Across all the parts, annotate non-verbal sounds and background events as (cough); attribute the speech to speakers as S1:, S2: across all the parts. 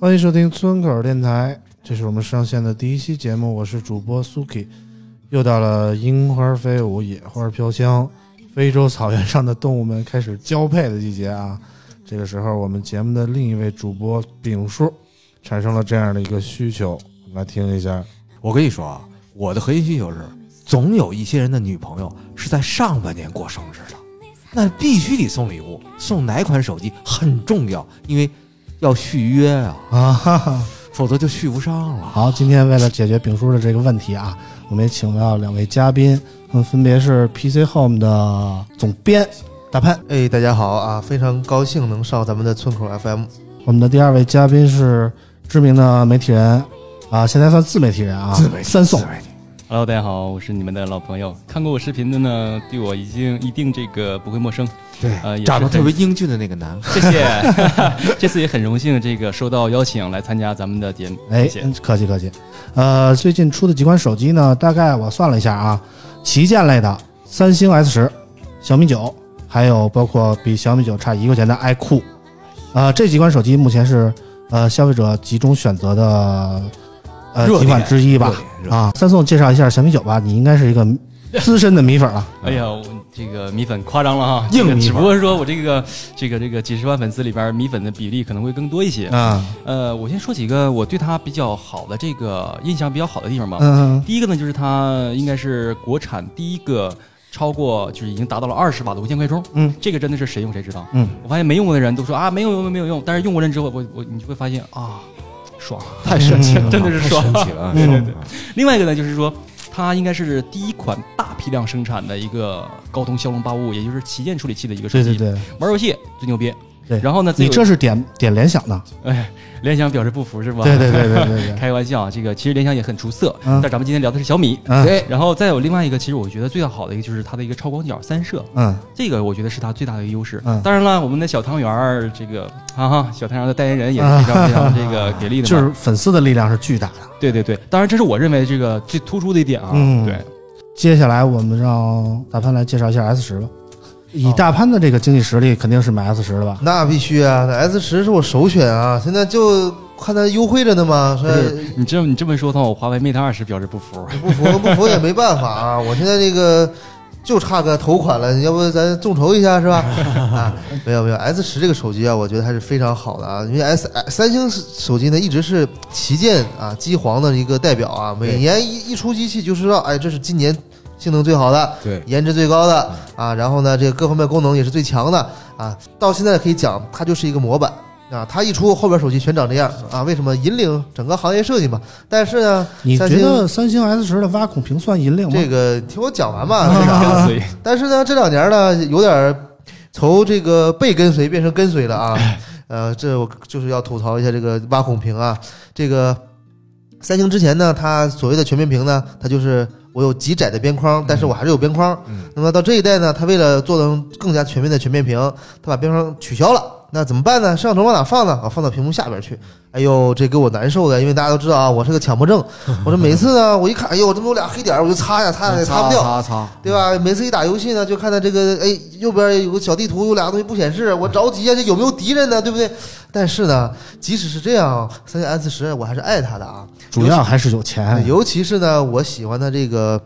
S1: 欢迎收听村口电台，这是我们上线的第一期节目，我是主播 Suki。又到了樱花飞舞、野花飘香，非洲草原上的动物们开始交配的季节啊！这个时候，我们节目的另一位主播丙叔产生了这样的一个需求，我们来听一下。
S2: 我跟你说啊，我的核心需求是，总有一些人的女朋友是在上半年过生日的，那必须得送礼物，送哪款手机很重要，因为要续约啊，
S1: 啊，哈哈。
S2: 否则就续不上了。
S1: 好，今天为了解决丙叔的这个问题啊，我们也请到两位嘉宾，他们分别是 PC Home 的总编大潘，
S3: 哎，大家好啊！非常高兴能上咱们的村口 FM。
S1: 我们的第二位嘉宾是知名的媒体人啊，现在算自媒体人啊，三宋
S2: 自。媒体
S4: Hello，大家好，我是你们的老朋友。看过我视频的呢，对我已经一定这个不会陌生。
S2: 对，
S4: 呃，也是
S2: 长得
S4: 很
S2: 特别英俊的那个男，
S4: (laughs) 谢谢。 (laughs) 这次也很荣幸，这个收到邀请来参加咱们的节目，
S1: 哎
S4: 谢
S3: 嗯
S4: 谢。，
S1: 客气客气。呃，最近出的几款手机呢，大概我算了一下啊，旗舰类的三星 S 十、小米九，还有包括比小米九差一块钱的 iQOO，呃，这几款手机目前是呃消费者集中选择的呃
S2: 热点
S1: 几款之一吧
S2: 热。点热点
S1: 啊，三宋介绍一下小米九吧，你应该是一个资深的米
S2: (laughs)
S1: 粉了。
S4: 哎呀，
S3: 嗯
S4: 我这个米粉夸张了哈，
S2: 硬
S4: 这个
S2: 米粉
S4: 只不过是说我这个这个这个几十万粉丝里边，米粉的比例可能会更多一些。
S1: 啊，
S4: 呃，我先说几个我对他比较好的这个印象比较好的地方吧。
S1: 嗯，
S4: 第一个呢，就是它应该是国产第一个超过就是已经达到了二十瓦的无线快充。
S1: 嗯，
S4: 这个真的是谁用谁知道。
S1: 嗯，
S4: 我发现没用过的人都说啊没有用没有用，但是用过人之后，我我你就会发现啊，爽。
S2: 太神奇了，
S4: (laughs) 真的是
S2: 太
S4: 爽
S2: 神奇啊了。
S1: 嗯
S2: 对对
S4: 另外一个呢，就是说它应该是第一款大批量生产的一个高通骁龙八五五，也就是旗舰处理器的一个手
S1: 对
S4: 机。
S1: 对对，
S4: 玩游戏最牛逼。
S1: 对
S4: 然后呢，
S1: 你
S4: 最
S1: 这是点点联想的，
S4: 哎，联想表示不服是吧？
S1: 对对对对对对，
S4: (laughs) 开个玩笑啊，这个其实联想也很出色，
S1: 嗯
S4: 但咱们今天聊的是小米。
S1: 嗯
S2: 对，
S4: 然后再有另外一个，其实我觉得最好的一个就是它的一个超广角三摄，
S1: 嗯
S4: 这个我觉得是它最大的一个优势。
S1: 嗯
S4: 当然了，我们的小汤圆儿，这个哈哈，小汤圆儿的代言人也是非常非常这个给力的嘛。
S1: 就是粉丝的力量是巨大的。
S4: 对对对，当然这是我认为这个最突出的一点啊。
S1: 嗯
S4: 对，
S1: 接下来我们让大潘来介绍一下 S 十吧。
S4: 哦
S1: 以大潘的这个经济实力，肯定是买 S 十的吧？
S3: 那必须啊！S 十是我首选啊！现在就看它优惠着呢嘛，
S4: 不
S3: 说
S4: 是你这你这么说的话，我华为 Mate 二十表示不服。
S3: 不服不服也没办法啊！我现在这个就差个头款了，要不咱众筹一下是吧？啊，没有没有，S 十这个手机啊，我觉得还是非常好的啊，因为 S 三星手机呢一直是旗舰啊机皇的一个代表啊，每年一一出机器就知道，哎，这是今年性能最好的，
S2: 对
S3: 颜值最高的啊，然后呢，这个各方面功能也是最强的啊。到现在可以讲，它就是一个模板啊。它一出，后边手机全长这样啊。为什么引领整个行业设计嘛？但是呢，
S1: 你
S3: 三
S1: 觉
S3: 星
S1: 得三星 S 十的挖孔屏算引领吗？
S3: 这个听我讲完
S4: 啊
S3: 嘛，这个
S1: 啊
S4: (laughs) 跟随
S3: 但是呢，这两年呢，有点儿从这个被跟随变成跟随了啊。
S2: 哎
S3: 呃，这我就是要吐槽一下这个挖孔屏啊，这个三星之前呢，它所谓的全面屏呢，它就是我有极窄的边框，但是我还是有边框。
S2: 嗯
S3: 那么到这一代呢，它为了做成更加全面的全面屏，它把边框取消了。那怎么办呢？摄像头往哪放呢？啊，放到屏幕下边去。哎呦，这给我难受的，因为大家都知道啊，我是个强迫症。我这每次呢，我一看，哎呦，这么有俩黑点儿，我就擦呀擦呀，擦不掉。
S2: 擦擦，
S3: 对吧？每次一打游戏呢，就看到这个，哎，右边有个小地图，有俩东西不显示，我着急啊，这有没有敌人呢？对不对？但是呢，即使是这样，三星 S 十我还是爱它的啊，
S1: 主要还是有钱。
S3: 尤其是呢，我喜欢它这个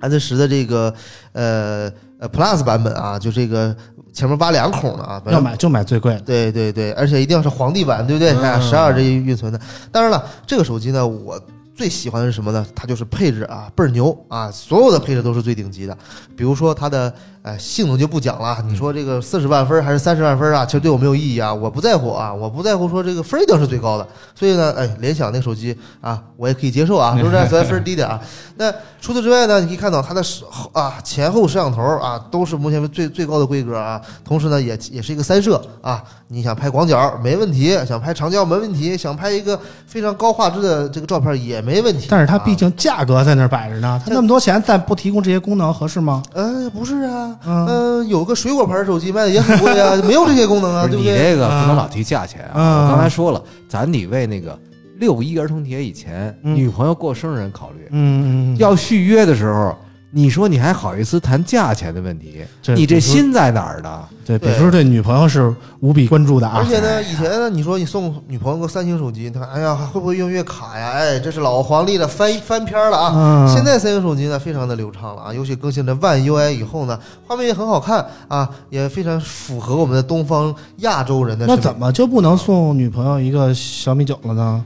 S3: S 十的这个呃呃 Plus 版本啊，就这个前面挖两孔的啊，
S1: 要买就买最贵的。
S3: 对对对，而且一定要是皇帝版，对不对？
S1: 嗯
S3: 哎，十二 G 运存的。当然了，这个手机呢，我最喜欢的是什么呢？它就是配置啊，倍儿牛啊，所有的配置都是最顶级的。比如说它的哎，性能就不讲了。
S5: 嗯
S3: 你说这个四十万分儿还是三十万分儿啊？其实对我没有意义啊，我不在乎啊，我不在乎说这个分儿一定是最高的。所以呢，哎，联想那个手机啊，我也可以接受啊，是
S5: (laughs)
S3: 不是？虽然分儿低点儿啊。那除此之外呢，你可以看到它的是后啊前后摄像头啊都是目前为最最高的规格啊，同时呢也也是一个三摄啊，你想拍广角没问题，想拍长焦没问题，想拍一个非常高画质的这个照片也没问题。
S5: 但是它
S3: 啊
S5: 毕竟价格在那儿摆着呢，它那么多钱，但不提供这些功能合适吗？
S3: 呃，不是啊，
S5: 嗯
S3: 呃，有个水果牌手机卖的也很贵啊，没有这些功能啊，
S2: 不是
S3: 对不
S2: 你
S3: 对？
S2: 这个不
S5: 啊
S2: 能老提价钱啊！
S5: 啊
S2: 我刚才说了，咱得为那个六一儿童节以前
S5: 嗯
S2: 女朋友过生日人考虑。
S5: 嗯嗯，嗯
S2: 要续约的时候，你说你还好意思谈价钱的问题？
S1: 这
S2: 你这
S1: 比如
S2: 心在哪儿呢？
S1: 对，
S3: 对
S1: 比叔对女朋友是无比关注的啊
S3: 而。且呢，以前呢，你说你送女朋友个三星手机，她哎呀会不会用月卡呀？哎，这是老黄历了，翻翻篇儿了啊。
S5: 嗯
S3: 现在三星手机呢非常的流畅了啊，尤其更新了 One UI 以后呢，画面也很好看啊，也非常符合我们的东方亚洲人的审
S5: 那
S3: 美。
S5: 怎么就不能送女朋友一个小米九了呢？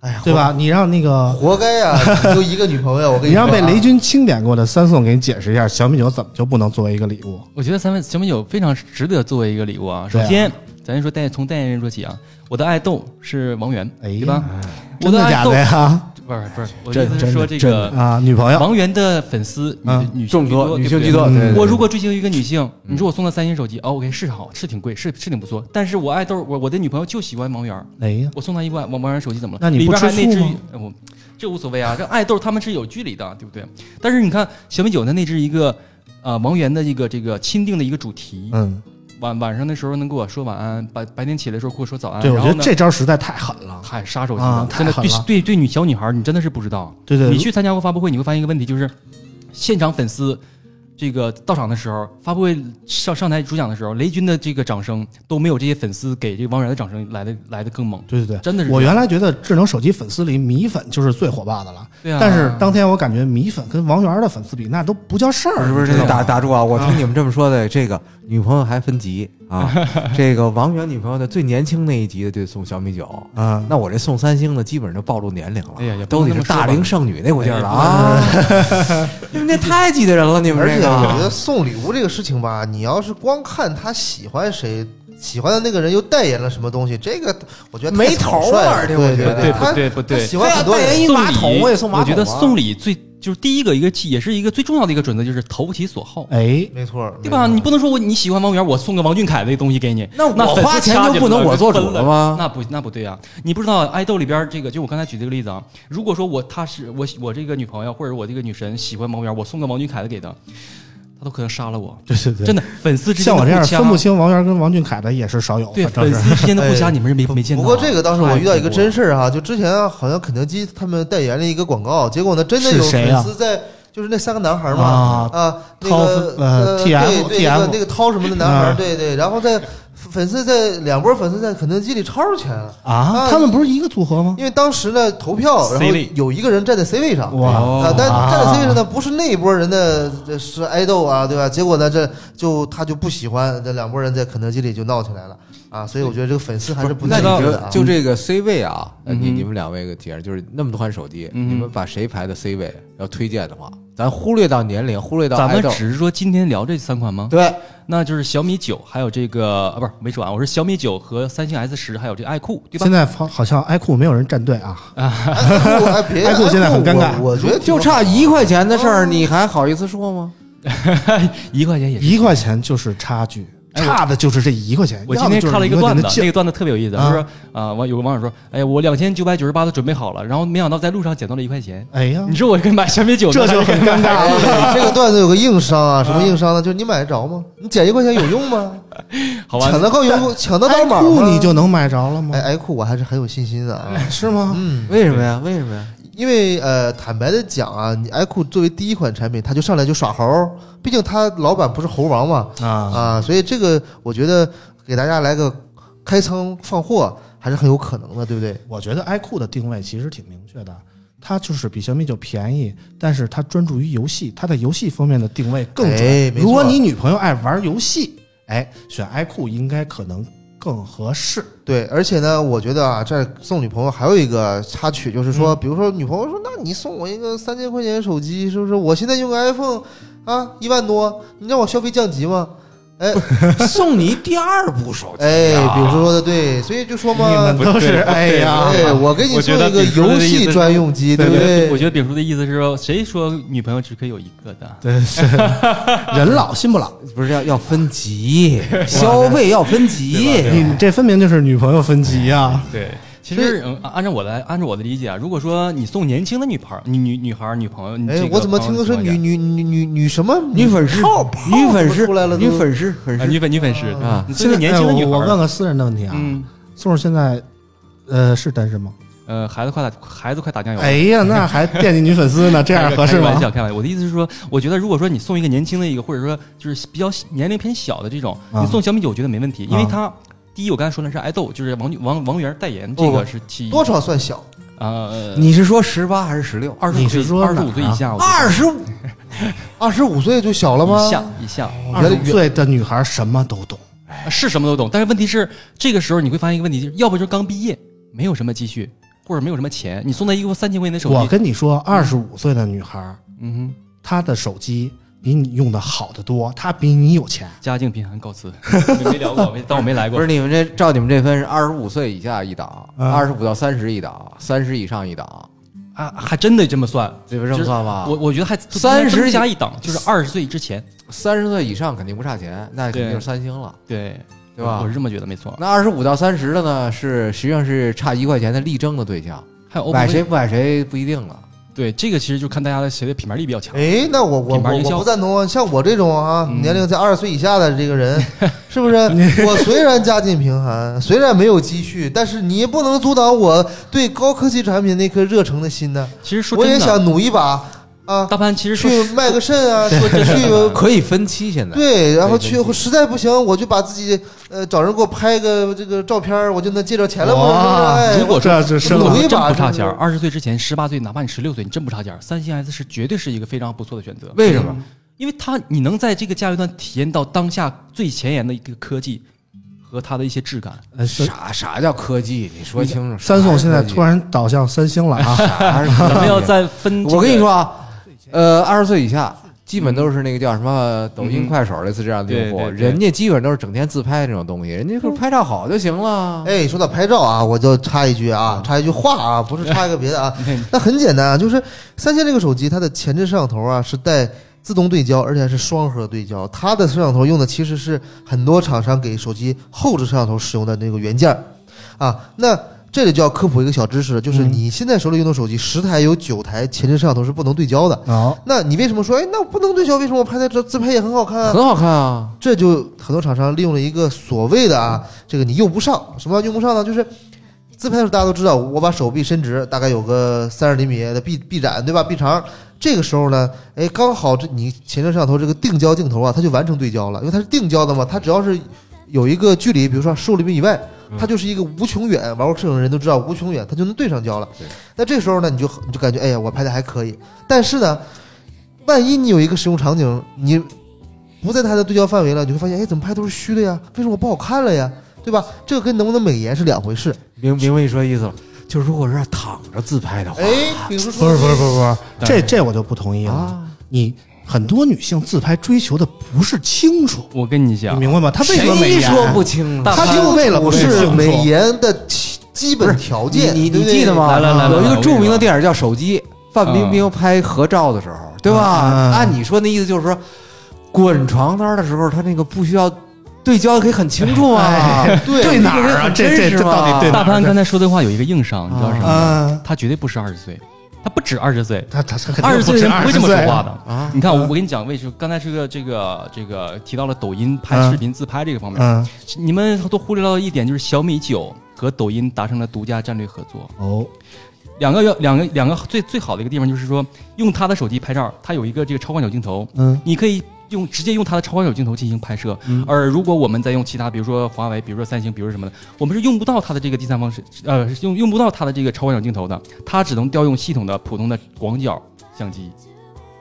S3: 哎呀，
S5: 对
S4: (laughs)
S5: 吧？你让那
S3: 活？
S5: 个，
S3: 活该呀、啊你就一个女朋友，我跟
S1: 你
S3: 说、啊。
S1: 让被雷军清点过的三宋给你解释一下，小米九怎么就不能作为一个礼物？
S4: 我觉得咱们小米九非常值得作为一个礼物啊。首
S1: 对啊
S4: 先，咱说代从代言人说起啊，我的爱豆是王源，
S1: 哎
S4: 对吧
S1: 呀，？
S4: 我
S1: 真的
S4: 爱
S1: 假
S4: 豆
S1: 的呀？
S4: 不是不是，我
S2: 真
S4: 的
S2: 的
S4: 意思是
S1: (laughs)
S4: 说这
S2: 真的
S4: 个
S1: 啊，女朋友，
S4: 王源的粉丝
S1: 嗯
S4: 女女性
S2: 众多，女性
S4: 对
S2: 居
S4: 不对
S2: 多。
S1: 嗯
S2: 对对对
S4: 我如果追求一个女性，你说我送她三星手机，哦，OK，是好，是挺贵，是是挺不错。但是我爱豆，我我的女朋友就喜欢王源儿，
S1: 哎呀，
S4: 我送她一万王王源手机怎么了？
S1: 那你
S4: 里
S1: 不
S4: 边还
S1: 吃
S4: 内
S1: 醋
S4: 置
S1: 吗
S4: 一，呃我这无所谓啊。这爱豆他们是有距离的，对不对？但是你看小米九呢，内置一个呃王源的一个这个钦定的一个主题，
S1: 嗯，
S4: 晚晚上的时候能跟我说晚安，白白天起来的时候跟我说早安。
S1: 对，我
S4: 啊然
S1: 觉
S4: 后
S1: 得
S4: 呢
S1: 这招实在太狠了。
S4: 嗨杀手级
S1: 啊
S4: 的，
S1: 太
S4: 真的
S1: 狠
S4: 对
S1: 了
S4: 对对女小女孩儿，你真的是不知道。
S1: 对对，
S4: 你去参加过发布会，你会发现一个问题，就是现场粉丝这个到场的时候，发布会上上台主讲的时候，雷军的这个掌声都没有这些粉丝给这个王源的掌声来的来的更猛，
S1: 对对对，
S4: 真的是这样。
S5: 我原来觉得智能手机粉丝里米粉就是最火爆的了，
S4: 对啊，
S5: 但是当天我感觉米粉跟王源的粉丝比，那都不叫事
S2: 不
S5: 儿，
S2: 是不
S5: 你知
S2: 是
S5: 道吗
S2: 打打住啊！我听你们这么说的，这个女朋友还分级啊。这个王源女朋友的最年轻那一级的就送小米九，
S1: 啊，
S2: 那我这送三星的基本上就暴露年龄了，
S4: 哎呀也不
S2: 都
S4: 能
S2: 得
S4: 这
S2: 是
S4: 么说
S2: 大
S4: 吧
S2: 龄剩女那股劲儿了啊！ (laughs) 你们这太挤兑人了，你们
S3: 而且
S2: 这
S3: 我觉得
S2: 个。
S3: 送礼物这个事情吧，你要是光看他喜欢谁，喜欢的那个人又代言了什么东西，这个我觉得太
S2: 没头
S3: 草率
S2: 儿
S3: 了
S2: 这
S3: 对
S2: 我觉得
S3: 对
S4: 对不对不
S3: 他
S4: 对
S3: 喜欢很多
S2: 对啊代
S3: 人
S2: 言。一
S4: 送
S2: 马桶
S4: 礼
S2: 我也送马
S4: 我觉得
S2: 桶啊
S4: 送礼最就是第一个一个也是一个最重要的一个准则，就是投其所好。
S1: 哎，
S3: 没错儿，
S4: 对吧？
S3: 没
S4: 你
S3: 错
S4: 不能说我你喜欢王源，我送个王俊凯的东西给你，
S2: 那
S4: 那
S2: 我
S4: 粉丝
S2: 花钱
S4: 掐
S2: 就
S4: 起
S2: 不能
S4: 来
S2: 我
S4: 就
S2: 做主
S4: 分
S2: 了
S4: 了
S2: 吗？
S4: 那不那不对啊！你不知道爱豆里边这个，就我刚才举这个例子啊。如果说我他是我我这个女朋友或者我这个女神喜欢王源，我送个王俊凯的给她，她都可能杀了我。
S1: 对对对，
S4: 真的，粉丝之间
S1: 像我这
S4: 的
S1: 样
S4: 互掐
S1: 分不清王源跟王俊凯的也是少有，
S4: 对
S1: 反正
S4: 粉
S1: 是
S4: 丝之间的互
S3: 哎
S4: 掐，你们是没没见
S3: 不
S4: 到啊。
S3: 过这个当时我遇到一个真
S4: 是
S3: 事儿哈，就之前啊好像肯德基他们代言了一个广告，结果呢真的有
S5: 是谁啊
S3: 粉丝在。就是那三个男孩儿嘛，啊，那
S5: 涛
S3: 个
S5: 呃
S3: 对
S5: TF
S3: 对那个
S5: TF
S3: 那个涛什么的男孩儿，
S5: 啊
S3: 对对，然后在粉丝在两波粉丝在肯德基里超着钱了，
S5: 啊
S3: 啊
S5: 他们不是一个组合吗？
S3: 因为当时呢投票，然
S4: C
S3: 后
S4: 位
S3: 有一个人站在 C
S4: 哎
S3: 位上，
S5: 哇，
S3: 啊，但站在 C 位上呢，不是那一波人的这是爱豆啊，对吧？结果呢，这就他就不喜欢，这两拨人在肯德基里就闹起来了啊，所以我觉得这个粉丝还是不
S2: 那
S3: 太
S2: 你
S3: 理
S2: 觉
S3: 智的
S2: 得
S3: 啊。
S2: 就这个 C 位啊，呃你
S4: 嗯哼
S2: 你们两位个提示，就是那么多款手机，
S4: 嗯哼
S2: 你们把谁排的 C 位要推荐的话，咱忽略到年龄，忽略到
S4: 咱
S2: 爱
S4: 们
S2: 豆，
S4: 只是说今天聊这三款吗？
S2: 对，
S3: 哎
S4: 那就是小米九，还有这个啊，不是没说完，我是小米九和三星 S 十，还有这个爱酷，对吧
S1: 现？在好好像 iQOO 没有人站队啊，
S3: 哎我哎别，
S1: 爱酷现在很尴尬
S3: 我我觉得挺
S2: 就差一块钱的事儿，你还好意思说吗？
S4: 一块钱也是。
S1: 一块钱就是差距，
S4: 哎我
S1: 差的就是这一块钱。
S4: 我今
S1: 要么
S4: 天
S1: 就是
S4: 看了一
S1: 一
S4: 个
S1: 块钱
S4: 段子
S1: 的，
S4: 那
S1: 劲
S4: 个段子特别有意思，
S1: 啊
S4: 他说啊，网有个网友说，哎呀，我两千九百九十八都准备好了，然后没想到在路上捡到了一块钱，
S1: 哎呀
S4: 你，说我跟买小米酒，
S1: 这就很尴尬了。
S3: 哎这个段子有个硬伤啊，什么硬伤呢？就是你买得着吗？你捡一块钱有用
S2: (laughs)
S3: 吗？
S4: 好吧
S3: 抢？得到用户，抢得到码
S1: iQOO
S3: 吗？
S1: 你就能买着了吗
S3: 哎，？爱酷我还是很有信心的啊。
S1: 是吗？
S3: 嗯，
S2: 为什么呀？为什么呀？
S3: 因为呃，坦白的讲啊，你 iQOO 作为第一款产品，它就上来就耍猴儿，毕竟它老板不是猴王嘛，
S1: 啊，
S3: 啊，所以这个我觉得给大家来个开仓放货还是很有可能的，对不对？
S1: 我觉得 iQOO 的定位其实挺明确的。它就是比小米九便宜，但是它专注于游戏，它在游戏方面的定位更准。
S3: 哎没错
S1: 如果你女朋友爱玩游戏，哎，选 iQOO 应该可能更合适。
S3: 对，而且呢，我觉得啊，这儿送女朋友还有一个插曲，
S1: 嗯
S3: 就是说，比如说女朋友说，那你送我一个三千块钱手机，是不是？我现在用个 iPhone。啊，一万多，你让我消费降级吗？
S2: 送你第二部手机、啊，
S3: 哎，比如说的对，所以就说
S4: 啊
S3: 嘛，
S1: 你们都是哎呀
S3: 对，我给你
S4: 我
S3: 做
S4: 觉得
S3: 一个
S4: 秉叔的
S3: 游
S4: 意思
S3: 戏
S4: 是
S3: 专用机，
S4: 对
S3: 不对？
S4: 我觉得秉叔的意思是说，谁说女朋友只可以有一个的？
S1: 对，是
S5: 人老心不老，
S2: 不是要要分 (laughs) 级，消费要分级。
S1: 你这分明就是女朋友分级呀、啊。
S4: 对，其实嗯，按照我来，按照我的理解啊，如果说你送年轻的女孩儿、女女女孩儿、女朋友，你这
S3: 哎
S4: 个，
S3: 我怎么
S4: 朋友
S3: 听的是
S4: 情况
S3: 女
S4: 下
S3: 女女女女什么
S2: 女粉丝
S3: 泡泡，
S2: 女粉丝
S3: 出来了都
S2: 女粉丝，粉
S4: 啊？
S2: 丝
S4: 女粉女粉丝
S2: 啊
S4: 现在年轻的
S1: 哎
S4: 女孩
S1: 我我
S4: 儿，
S1: 问个私人的问题啊，
S4: 嗯，
S1: 宋儿现在呃是单身吗？
S4: 呃，孩子快打，孩子快打酱油了。
S1: 哎呀，那 (laughs) 还惦记女粉丝呢，这样合适
S4: 开玩
S1: 吗？
S4: 笑，开玩笑。我的意思是说，我觉得如果说你送一个年轻的一个，或者说就是比较年龄偏小的这种，
S1: 啊
S4: 你送小米酒，我觉得没问题，因为
S1: 啊
S4: 它第一我刚才说的是爱豆，就是王王王源代言，这
S3: 不
S4: 个
S3: 不
S4: 是其一
S3: 多少算小？
S4: 啊？呃
S2: 你是说十八还是十六？
S4: 二十
S1: 你
S4: 五
S1: 是
S4: 岁
S1: 说
S4: 二十
S1: 哪
S4: 五
S1: 儿
S4: 岁
S1: 啊
S4: 以下，我觉得
S2: 二十五，
S3: 二十五岁就小了吗
S4: 以？下以下，
S3: 我
S1: 二
S3: 觉得
S1: 十岁的女孩什么都懂，
S4: 是什么都懂，但是问题是，这个时候你会发现一个问题，就是要不就是刚毕业，没有什么积蓄，或者没有什么钱，你送他一个三千块钱的手
S1: 我
S4: 机，
S1: 跟你说，二十五岁的女孩，
S4: 嗯哼，
S1: 她的手机比你用的好得多，她比你有钱。
S4: 家境贫寒告辞， (laughs) 没没聊过，没当我没来
S2: 不
S4: 过
S2: 是。你们这照你们这分是二十五岁以下一档，
S1: 嗯
S2: 二十五到三十一档，三十以上一档，
S4: 啊，还真得这么算，
S2: 这不这么算吧
S4: 我？我觉得还
S2: 30
S4: 增加一档，就是二十岁之前，
S2: 三十岁以上肯定不差钱，那肯定是三星了，
S4: 对
S2: 对吧
S4: 我是？这么觉得，没错。
S2: 那二十五到三十的呢，是实际上是差一块钱的力争的对象，
S4: 还有 OPPO，
S2: 买谁不买谁不一定了。
S4: 对这个其实就看大家的谁的品牌力比较强。
S3: 哎，那我我
S4: 品牌
S3: 我
S4: 营销
S3: 我不赞同啊！像我这种啊，
S4: 嗯
S3: 年龄在二十岁以下的这个
S4: (laughs)
S3: 人，是不是？我虽然家境贫寒，虽然没有积蓄，但是你也不能阻挡我对高科技产品那颗热诚的心呢。
S4: 其实说
S3: 我也
S4: 真的，
S3: 想努一把啊，
S4: 大潘其实说
S3: 去卖个肾啊，
S4: 说 (laughs) 真
S3: 去
S4: 的，
S2: 可以分期现在，
S3: 对，然后去
S2: 对对对
S3: 实在不行，我就把自己呃找人给我拍个这个照片儿，我就能借着钱了
S1: 哇
S3: 嘛。是不是哎
S4: 如果
S1: 这这
S4: 如
S1: 生
S4: 果
S1: 了
S3: 努一
S4: 说真
S3: 把
S4: 不差
S3: 是
S4: 钱
S3: 不
S4: 儿，
S3: 是
S4: 二十岁之前，十八岁，哪怕你十六岁，你真不差钱儿。三星 S 是绝对是一个非常不错的选择。
S2: 为什么？
S4: 因为它你能在这个价位段体验到当下最前沿的一个科技和它的一些质感。
S1: 呃三
S2: 啥啥叫科技？你说清楚。
S1: 三宋现在
S2: 啥是科技
S1: 突然倒向三星了啊！
S2: 啥是科技
S4: 咱们要再分、
S2: 我跟你说，啊，
S1: 嗯
S2: 呃，二十岁以下基本都是那个叫什么抖音、
S4: 嗯
S2: 快手类似这样的用户，
S4: 对对对
S2: 人家基本都是整天自拍这种东西，人家
S1: 嗯
S2: 就是拍照好就行了。
S3: 哎，说到拍照啊，我就插一句啊，
S4: 嗯
S3: 插一句话啊，不是插一个别的
S4: (laughs)
S3: 啊。
S4: 你看
S3: 那很简单啊，就是三星这个手机，它的前置摄像头啊是带自动对焦，而且还是双核对焦。它的摄像头用的其实是很多厂商给手机后置摄像头使用的那个元件儿啊。那这里就要科普一个小知识了，
S4: 嗯
S3: 就是你现在手里用的手机，十台有九台前置摄像头是不能对
S1: (laughs)
S3: 焦的。
S1: 哦，
S3: 那你为什么说，哎，那我不能对焦？为什么我拍的这自拍也很好看啊？
S2: 很好看啊，
S3: 这就很多厂商利用了一个所谓的啊，这个你用不上，什么用不上呢？就是自拍的时候大家都知道，我把手臂伸直，大概有个三十厘米的臂臂展，对吧？臂长。这个时候呢，哎，刚好这你前置摄像头这个定焦镜头啊，它就完成对焦了，因为它是定焦的嘛，它只要是有一个距离，比如说十五厘米以外，它就是一个无穷远。玩过摄影的人都知道，无穷远它就能对上焦了
S2: 对。
S3: 那这时候呢，你就你就感觉，哎呀，我拍的还可以。但是呢，万一你有一个使用场景，你不在它的对焦范围了，你会发现，哎，怎么拍都是虚的呀？为什么不好看了呀？对吧？这个跟能不能美颜是两回事。
S2: 明明白你说意思了。就如果是要躺着自拍的话，
S3: 哎，比如说，
S1: 不是不是不是不是，
S4: 对
S1: 这这我就不同意了。
S2: 啊，
S1: 你很多女性自拍追求的不是清楚，
S4: 我跟你讲
S1: 你，明白吗？她为什么美
S2: 谁
S1: 颜？
S2: 说不清啊楚？
S4: 大
S1: 她就为了不
S3: 不
S1: 是
S3: 是
S1: 清
S3: 美
S1: 楚。
S3: 颜的基基本条
S2: 你
S3: 件，对
S2: 你你
S3: 不对
S2: 记得吗？
S4: 来来来来
S2: 有一
S4: 来
S2: 个
S4: 我
S2: 著
S4: 跟你
S2: 名的
S4: 说
S2: 电影叫《手机》，范冰冰拍合照的时候，对吧？
S1: 嗯
S2: 按你说那意思就是说，滚床单的时候，他那个不需要对焦，可以很清楚啊。 (laughs)
S3: 对
S1: 对哪儿
S2: 这个
S1: 啊？
S2: 很
S1: 这
S2: 真
S1: 这
S2: 实
S1: 这到
S2: 嘛
S1: 底对哪
S4: 大
S1: 儿？
S4: 潘刚才说的话有一个硬伤，你知道是什么吗？
S1: 嗯，
S4: 他绝对不是二十岁，他不止二十岁，
S1: 她她她肯
S4: 二
S1: 定
S4: 十
S1: 不
S4: 岁
S1: 止
S4: 人
S1: 二
S4: 不会
S1: 十
S4: 这么说
S1: 岁
S4: 话的。
S2: 啊，
S4: 你看，我我跟你讲，为什么刚才这个这个这个提到了抖音拍视频自拍这个方面，
S1: 嗯，
S4: 你们都忽略到一点，就是小米九和抖音达成了独家战略合作。
S1: 哦，
S4: 两个要两个两个最最好的一个地方就是说，用他的手机拍照，它有一个这个超广角镜头，
S1: 嗯，
S4: 你可以用直接用它的超广角镜头进行拍摄。
S1: 嗯
S4: 而如果我们再用其他，比如说华为，比如说三星，比如说什么的，我们是用不到它的这个第三方是呃用用不到它的这个超广角镜头的，它只能调用系统的普通的广角相机。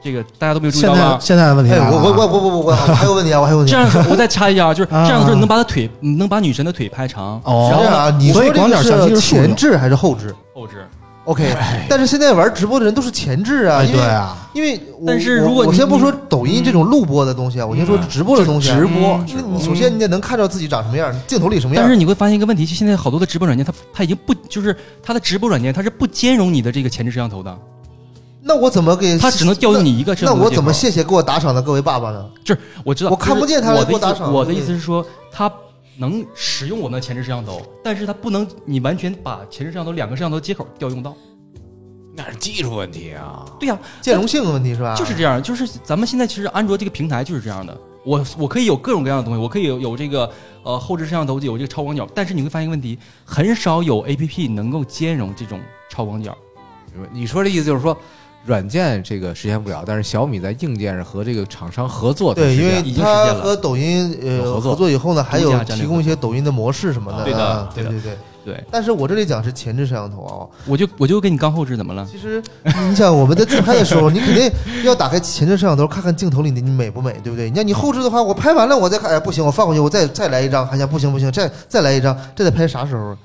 S4: 这个大家都没有注意
S1: 现
S4: 到
S1: 在
S4: 吧？
S1: 现在的问题
S3: 哎，
S1: 来了
S3: 我
S1: 啊，
S3: 我我我我我我还有问题啊，我还有问题
S4: 这
S3: 啊。
S4: 样说，我再插一下啊，就是
S1: 啊
S4: 这样说，你能把她腿，你能把女神的腿拍长，
S1: 哦
S4: 然
S3: 是
S4: 后
S3: 这样
S4: 呢，
S3: 啊，你
S1: 所
S3: 说
S1: 以
S3: 这
S1: 广角相
S3: 个
S1: 机
S3: 是
S1: 是竖着
S3: 前置还是后置？
S4: 后置
S3: OK，但是现在玩直播的人都是前置啊，
S1: 哎，
S3: 因
S1: 对
S3: 为
S1: 啊，
S3: 因为我
S4: 但是如果
S3: 我我
S4: 你
S3: 先不
S4: 你
S3: 说抖音这种录播的东西啊，我先说直播的东西啊，
S2: 直播
S3: 那你首先你得能看到自己长什么样，镜头里什么样
S4: 但是。你会发现一个问题，就现在好多的直播软件，它它已经不就是它的直播软件，它是不兼容你的这个前置摄像头的，
S3: 那我怎么给
S4: 它只能调用你一个
S3: 呃
S4: 摄
S3: 那
S4: 像头
S3: 我
S4: 接
S3: 怎么
S4: 口
S3: 谢谢给我打赏的各位爸爸呢？
S4: 就是我知道，
S3: 我看
S4: 就是
S3: 不见他
S4: 我
S3: 来
S4: 的
S3: 给我
S4: 意
S3: 打
S4: 思，
S3: 赏
S4: 我的意
S3: 对
S4: 思是说，它能使用我们的前置摄像头，但是它不能你完全把前置摄像头两个摄像头接口调用到。
S2: 那是技术问题啊。
S4: 对呀、
S3: 兼容性的问题是吧？
S4: 就是这样，就是咱们现在其实安卓这个平台就是这样的。我我可以有各种各样的东西，我可以有有这个呃后置摄像头，有这个超广角，但是你会发现一个问题，很少有 A P P 能够兼容这种超广角。
S2: (laughs) 你说的意思就是说，软件这个实现不了，但是小米在硬件上和这个厂商合作的
S3: 对，
S2: 实
S3: 因
S2: 现了，
S3: 为
S4: 已经实现
S3: 它
S4: 了
S3: 和抖音呃
S2: 有合作
S3: 合作以后呢，还
S4: 独
S3: 有
S4: 家战略
S3: 提供一些抖音的模式什么的。
S4: 对的
S3: 啊
S4: 对
S3: 对
S4: 的
S3: 对对。
S4: 对，
S3: 但是我这里讲是前置摄像头啊，
S4: 我就我就跟你刚后置怎么了？
S3: 其实你想我们在自拍的时候，你肯定要打开前置摄像头看看镜头里的你美不美，对不对？你看你后置的话，我拍完了我再看，哎不行，我放回去，我再再来一张，还想不行不行，再再来一张，这得拍啥时候？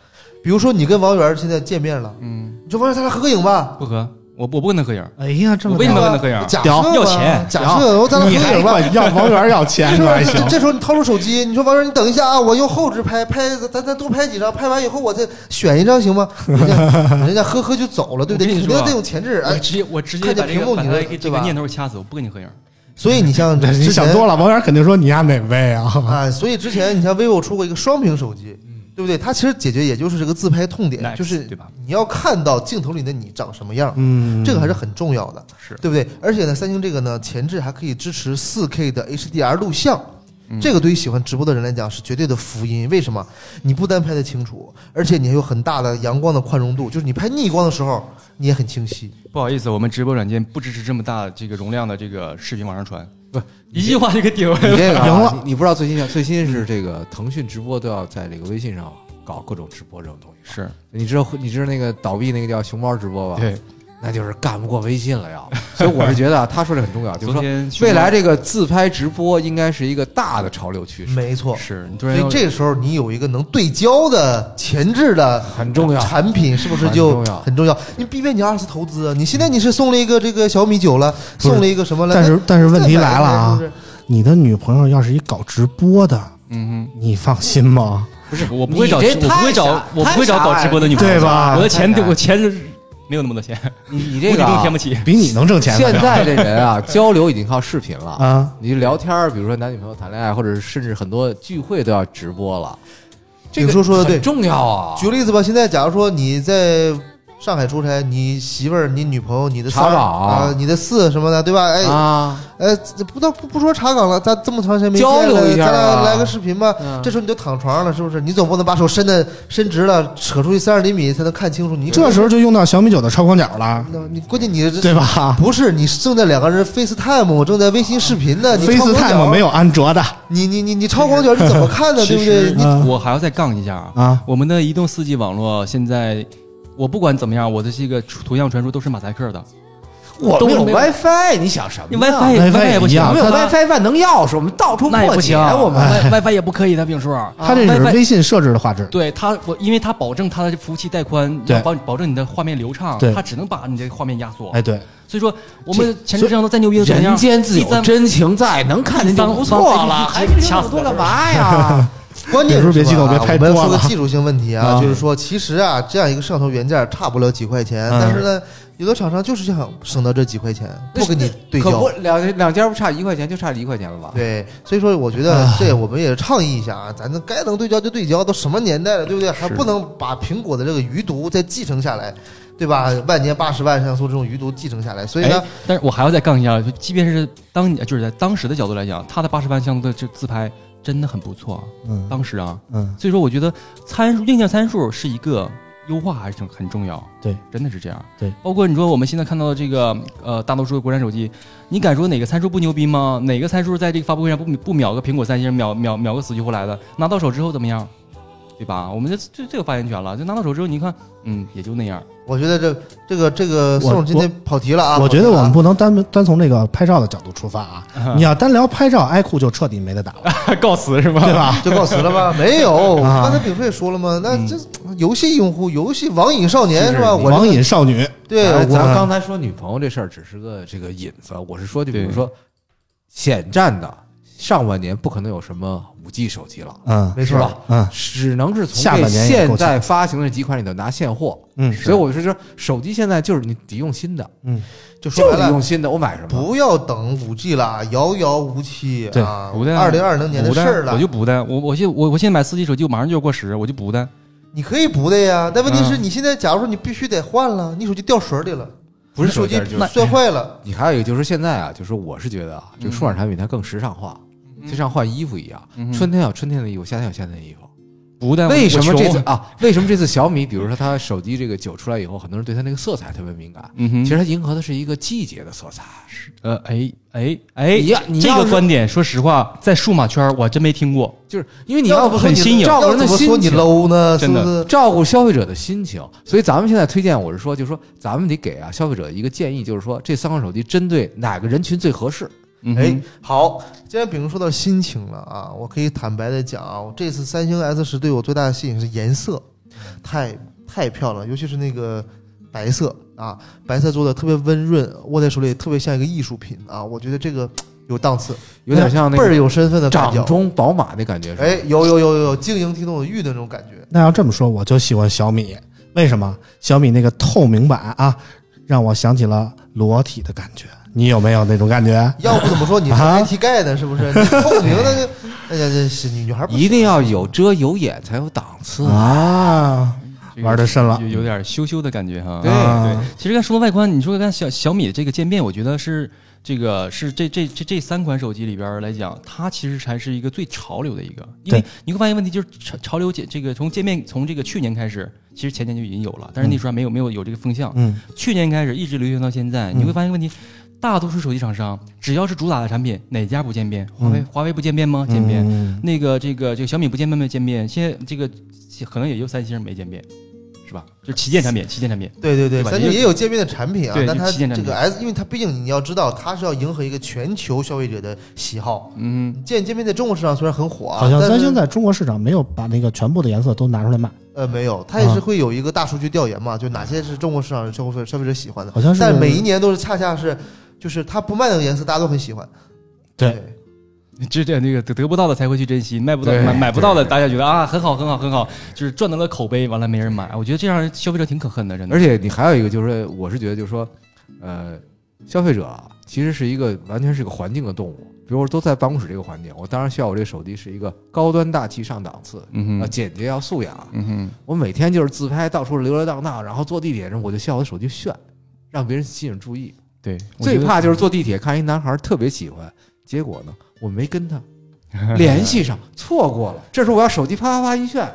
S3: 比如说你跟王源现在见面了，
S4: 嗯，
S3: 你说王源咱俩合个影吧，
S4: 不合，我我不跟他合影。
S5: 哎呀，这么
S4: 我为什么啊
S5: 大
S4: 要跟他合影
S3: 假设吧
S4: 要钱
S3: 假设我咱俩
S5: 你
S3: 合个
S5: 还
S3: 影
S1: (laughs)
S3: 吧，
S5: 管要王源要钱
S3: 是
S5: 可
S3: 吧？
S5: 还
S3: 这
S5: 行？
S3: 这时候你掏出手机，你说王源，你等一下啊，我用后置拍拍，咱咱多拍几张，拍完以后我再选一张行吗？人
S5: (laughs)
S3: 家人家呵呵就走了，对不对？肯
S4: 我跟你
S3: 定
S4: 说啊
S3: 得用前置，
S4: 我
S3: 哎，
S4: 直接我直接
S3: 看见
S4: 把这
S3: 屏幕
S4: 个把
S3: 你
S4: 他
S3: 的
S4: 这个这
S3: 对
S4: 个
S3: 吧
S4: 念头掐死，我不跟你合影。
S3: 所以你像之前
S5: 你想多了，王源肯定说你丫哪位啊？
S3: 啊，所以之前你像 vivo 出过一个双屏手机，对不对？它其实解决也就是这个自拍痛点，
S4: 嗯 Next，
S3: 就是
S4: 对吧
S3: 你要看到镜头里的你长什么样，
S1: 嗯，
S3: 这个还是很重要的，
S4: 是
S3: 对不对？而且呢，三星这个呢，前置还可以支持 4K 的 HDR 录像。这个对于喜欢直播的人来讲是绝对的福音，为什么？你不单拍得清楚，而且你还有很大的阳光的宽容度，就是你拍逆光的时候你也很清晰。
S4: 不好意思，我们直播软件不支持这么大这个容量的这个视频往上传。不，一句话就给顶回来
S3: 你
S4: 了。
S3: 这个啊
S2: 赢了。你你不知道最新消息最新是这个腾讯直播都要在这个微信上搞各种直播这种东西。
S4: 是
S2: 你知道你知道那个倒闭那个叫熊猫直播吧？
S4: 对，
S2: 那就是干不过微信了要。 (laughs) 所以我是觉得啊，他说这很重要，就是
S4: 昨
S2: 说
S4: 天熊
S2: 未来
S4: 猫
S2: 这个自拍直播应该是一个大的潮流趋势，
S3: 没错，
S4: 是你突
S3: 所
S4: 然
S3: 以
S4: 要
S3: 这个时候你有一个能对焦的前置的
S2: 很重要。
S3: 产品是不是就
S2: 很重要
S3: 很重要？你避免你二次投资啊！你现在你是送了一个这个小米九了，
S1: 不是
S3: 送了一个什么了？
S1: 但是但是
S3: 那
S1: 问题
S3: 再买
S1: 来了
S3: 一
S1: 啊
S3: 个是，不
S1: 你的女朋友要是一搞直播的，
S4: 嗯
S1: 你放心吗？
S4: 哼，不是我不会
S2: 你
S4: 找
S2: 这
S4: 直我
S2: 太
S4: 不会找
S2: 傻
S4: 我不会找
S2: 太傻
S4: 搞直播的女朋友
S1: 对吧
S4: 我的钱
S2: 太傻
S4: 我钱是没有那么多钱，
S2: 你你
S4: 无
S2: 这
S4: 底
S2: 个
S4: 洞
S2: 啊
S4: 填不起。
S1: 比你能挣钱呢
S2: 现在这人啊，交流已经靠视频了
S1: 啊，
S2: 你聊天儿，比如说男女朋友谈恋爱，或者是甚至很多聚会都要直播了。这
S3: 你
S2: 个
S3: 说说的对
S2: 很重要啊
S3: 是。举个例子吧，现在假如说你在上海出差，你媳妇儿、你女朋友、你的三
S2: 查
S3: 儿
S2: 岗
S3: 啊、你的四什么的，对吧？哎
S2: 啊，
S3: 呃，这不到不不说查岗了，咱这么长时间没
S2: 交
S3: 见
S2: 流
S3: 了
S2: 一下
S3: 咱俩
S2: 啊
S3: 来个视频吧。
S2: 嗯
S3: 这时候你就躺床上了，是不是？你总不能把手伸的伸直了，扯出去三十厘米才能看清楚。你
S1: 这时候就用到小米九的超广角了，
S3: 那你关键你这
S1: 对吧
S3: 不是，你正在两个人 FaceTime，正在微信视频呢。你超广角啊
S1: ？FaceTime 没有安卓的
S3: 你你你你超广角是怎么看的，对
S4: 其
S3: 不
S4: 实
S3: 对？你
S1: 嗯
S4: 我还要再杠一下啊，
S1: 啊，
S4: 我们的移动四 G 网络现在。我不管怎么样，我的这个图像传输都是马赛克的。
S2: 我
S4: 都
S2: 们
S4: 是
S2: 有
S4: 没有
S2: WiFi，你想什么
S4: 你
S2: 呀
S4: WiFi 也
S1: WiFi
S4: 也不
S1: 一
S4: 行，
S1: 样
S2: 我们有
S4: 它
S2: WiFi 万能钥匙，我们到处
S4: 那也
S2: 破
S4: 不
S2: 解。
S4: 行。
S2: 我们
S4: Wi- WiFi 也不可以的，病叔。
S1: 它这只是
S4: 啊 WiFi
S1: 微信设置的画质。
S4: 对它，我因为它保证它的服务器带宽，
S1: 对
S4: 要保保证你的画面流畅
S1: 对，
S4: 它只能把你这个画面压缩。
S1: 哎，对，
S4: 所以说，我们前置摄像头再牛逼的怎么样？
S2: 人间自
S4: 第
S2: 有
S4: 三
S2: 真情在，能看见就不错了，还跟你说那么多干嘛呀？
S3: 关键是
S1: 别激动
S3: 什么啊
S1: 别拍
S3: 我们
S1: 多
S3: 说个
S1: 了
S3: 技术性问题啊，
S1: 啊
S3: 就是说，其实啊，这样一个摄像头原件差不了几块钱，
S1: 嗯
S3: 但是呢，有的厂商就是想省到这几块钱，不跟你对
S2: 可不
S3: 焦。，
S2: 两两家不差一块钱，就差一块钱了吧？
S3: 对，所以说我觉得这我们也倡议一下啊，咱该能对焦就对焦，都什么年代了，对不对？还不能把苹果的这个余毒再继承下来，对吧？万年八十万像素这种余毒继承下来，所以呢
S4: 哎，，但是我还要再杠一下，就即便是当年就是在当时的角度来讲，它的八十万像素的这自拍真的很不错啊，
S1: 嗯
S4: 当时啊，
S1: 嗯，
S4: 所以说我觉得参数硬件参数是一个优化还是很很重要，
S1: 对，
S4: 真的是这样，
S1: 对，
S4: 包括你说我们现在看到的这个呃大多数的国产手机，你敢说哪个参数不牛逼吗？哪个参数在这个发布会上不不秒个苹果、三星，秒秒秒个死去活来的？拿到手之后怎么样？对吧？我们这这这有发言权了，就拿到手之后，你看，嗯，也就那 (laughs) 样。
S3: 我觉得这这个这个
S5: 我
S3: 宋今天跑题了啊！
S5: 我觉得
S3: 跑题
S5: 我
S3: 了啊
S5: 们不能单单从这个拍照的角度出发啊！ (laughs) 你要单聊拍照，爱酷就彻底没得打了，
S4: 告辞是吧？
S5: 对吧？
S3: 就告辞了吧？没有，
S5: 啊
S3: 刚才炳叔也说了嘛，那这游戏用户、游戏网瘾少年是吧？我
S5: 网瘾少女，
S3: 对，
S2: 咱
S3: 我
S2: 咱刚才说女朋友这事儿只是个这个引子，我是说，就比如说，显战的上半年不可能有什么五 G 手机了，
S5: 嗯
S3: 没
S2: 是
S3: 错，
S2: 吧？
S5: 嗯
S2: 只能是从
S5: 下
S2: 这
S5: 半年也
S2: 现
S5: 够呛
S2: 在发行的几款里头拿现货，
S5: 嗯，
S2: 所以我是说，手机现在就是你得用新的，
S3: 就说
S2: 就
S3: 白
S2: 得
S3: 了
S2: 用。新的，我买什么？
S3: 不要等五 G 了，遥遥无期
S5: 对
S3: 啊！
S4: 不带
S3: 二零二零年的
S4: 不
S3: 事
S4: 带
S3: 儿
S4: 我
S3: 了
S4: 就，不带，我我现我我现在买四 G 手机，我马上就要过时，我就不带。
S3: 你可以不的呀。但问题是
S4: 嗯
S3: 你现在，假如说你必须得换了，你手机掉水里了，
S2: 不是
S3: 你手机
S2: 手机就是
S3: 摔坏了，
S2: 你还有一个就是现在啊，就是我是觉得啊，这个数码产品它更时尚化，就像换衣服一样，
S4: 嗯哼
S2: 春天有春天的衣服，夏天有夏天的衣服。
S4: 不带。
S2: 为什么这次
S4: 次？
S2: 啊？为什么这次小米，比如说它手机这个九出来以后，很多人对它那个色彩特别敏感？
S4: 嗯哼，
S2: 其实它迎合的是一个季节的色彩。
S4: 呃，哎哎哎，
S2: 你要你
S4: 这
S2: 要
S4: 个
S2: 是
S4: 观点，说实话，在数码圈儿我真没听过。
S2: 就是因为你
S3: 要
S2: 要
S3: 不
S2: 不
S3: 说
S2: 很
S3: 你
S2: 新颖，
S3: 要
S2: 照顾
S3: 不
S2: 人
S3: 怎
S2: 的
S3: 么说
S2: 心
S3: 你
S2: 情，
S3: low 呢？是
S4: 真
S3: 不
S4: 的
S3: 是？
S2: 照顾消费者的心情。所以咱们现在推荐，我是说，就是说咱们得给啊消费者一个建议，就是说这三款手机针对哪个人群最合适？
S4: 嗯哼
S3: 哎，，好，既然丙叔说到心情了啊，我可以坦白的讲啊，我这次三星 S 十对我最大的吸引是颜色，太太漂亮了，尤其是那个白色啊，白色做的特别温润，握在手里特别像一个艺术品啊，我觉得这个有档次，
S2: 有点像那
S3: 嗯倍儿
S2: 个
S3: 有身份的感
S2: 掌
S3: 觉。
S2: 中宝马那感觉。是吧
S3: 哎，，有有有有有晶莹剔透的玉的那种感觉，
S5: 那要这么说，我就喜欢小米，为什么？小米那个透明版啊，让我想起了裸体的感觉。你有没有那种感觉？
S3: 要不怎么说你是
S5: 啊
S3: IT 盖呢？是不是？你透明的就，哎呀，这是女女孩不
S2: 一定要有遮有掩才有档次。
S5: 啊，
S4: 这个
S5: 玩的深了
S4: 有有点羞羞的感觉哈。
S2: 对
S5: 啊
S4: 其实刚才说到外观，你说看小小米的这个渐变，我觉得是这个是这这这这三款手机里边儿来讲，它其实才是一个最潮流的一个。因为
S5: 对
S4: 你会发现问题就是潮潮流界这个从渐变从这个去年开始，其实前年就已经有了，但是那时候还没有没有有这个风向。
S5: 嗯，
S4: 去年开始一直流行到现在，
S5: 嗯
S4: 你会发现问题，大多数手机厂商只要是主打的产品，哪家不渐变？华为华为不渐变吗？渐变。
S5: 嗯
S4: 那个这个这个小米不渐变没渐变，现在这个可能也就三星没渐变，是吧？就旗舰产品，旗舰产品。
S3: 对对对，
S4: 对吧
S3: 三星也有界面的产品啊
S4: 对，
S3: 但
S4: 就
S3: 它
S4: 旗舰产
S3: 这
S4: 品
S3: 个 S，因为它毕竟你要知道，它是要迎合一个全球消费者的喜好。
S4: 嗯，
S3: 见界面在中国市场虽然很火啊，
S5: 好像
S3: 但
S5: 三
S3: 是
S5: 星在中国市场没有把那个全部的颜色都拿出来卖，
S3: 呃没有，它
S5: 啊
S3: 也是会有一个大数据调研嘛，就哪些是中国市场消费消费者喜欢的，
S5: 好像是
S3: 但每一年都是恰恰是，就是它不卖那个颜色，大家都很喜欢。
S5: 对
S4: 这这那个得得不到的才会去珍惜，卖不到
S2: 对
S4: 买买不到的，
S2: 对
S4: 大家觉得啊很好很好很好，就是赚到了口碑，完了没人买。我觉得这样消费者挺可恨的，真的。
S2: 而且你还有一个就是，我是觉得就是说，呃，消费者啊，其实是一个完全是一个环境的动物。比如我都在办公室这个环境，我当然需要我这个手机是一个高端大气上档次，
S4: 嗯
S2: 啊，
S4: 哼，
S2: 简洁要素雅。
S4: 嗯哼，
S2: 我每天就是自拍，到处溜溜荡荡，然后坐地铁上我就需要我的手机炫，让别人吸引注意。
S4: 对，我觉
S2: 最
S4: 得
S2: 怕就是坐地铁看一男孩特别喜欢，结果呢，我没跟他联系上，错过了。这时候我要手机啪啪啪一炫，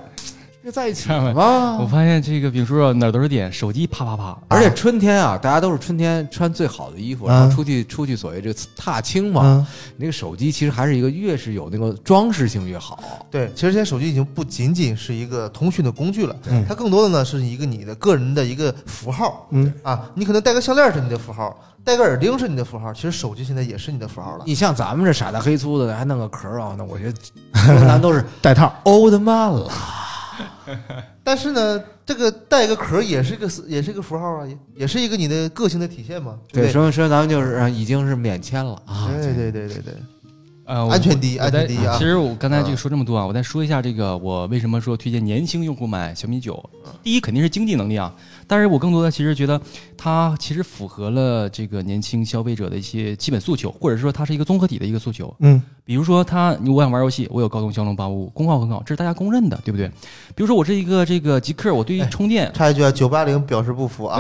S2: 就在一起了
S4: 我
S2: 吗？
S4: 发现这个丙叔啊哪儿都是点，手机啪啪啪，
S2: 而且春天啊，大家都是春天穿最好的衣服，
S5: 嗯
S2: 然后出去出去所谓这个踏青嘛。
S5: 嗯，
S2: 那个手机其实还是一个越是有那个装饰性越好。
S3: 对，其实现在手机已经不仅仅是一个通讯的工具了，
S5: 嗯
S3: 它更多的呢是一个你的个人的一个符号。
S5: 嗯
S3: 啊，你可能戴个项链是你的符号，戴个耳钉是你的符号，其实手机现在也是你的符号了。
S2: 你像咱们这傻大黑粗的，还弄个壳儿啊，那我觉得咱都是
S5: 带套，
S2: old man 了。
S3: 但是呢，这个带一个壳儿也是一个也是一个符号啊，也也是一个你的个性的体现嘛，对
S2: 对，
S3: 不
S2: 说明说明咱们就是呃已经是免签了啊。
S3: 对？对对对对
S4: 呃，
S3: 对，
S4: 我
S3: 安全第一，
S4: 我
S3: 安
S4: 再
S3: 全第一啊
S4: 其！实我刚才这
S5: 嗯
S4: 个说这么多啊，我再说一下这个我为什么说推荐年轻用户买小米九。第一肯定是经济能力啊，但是我更多的其实觉得它其实符合了这个年轻消费者的一些基本诉求，或者说它是一个综合体的一个诉求。
S5: 嗯，
S4: 比如说它，我想玩游戏，我有高通骁龙八五五，功耗很好，这是大家公认的，对不对？比如说我这一个这个极客，我对
S5: 哎
S4: 于充电
S3: 插一句啊，九八零表示不服啊，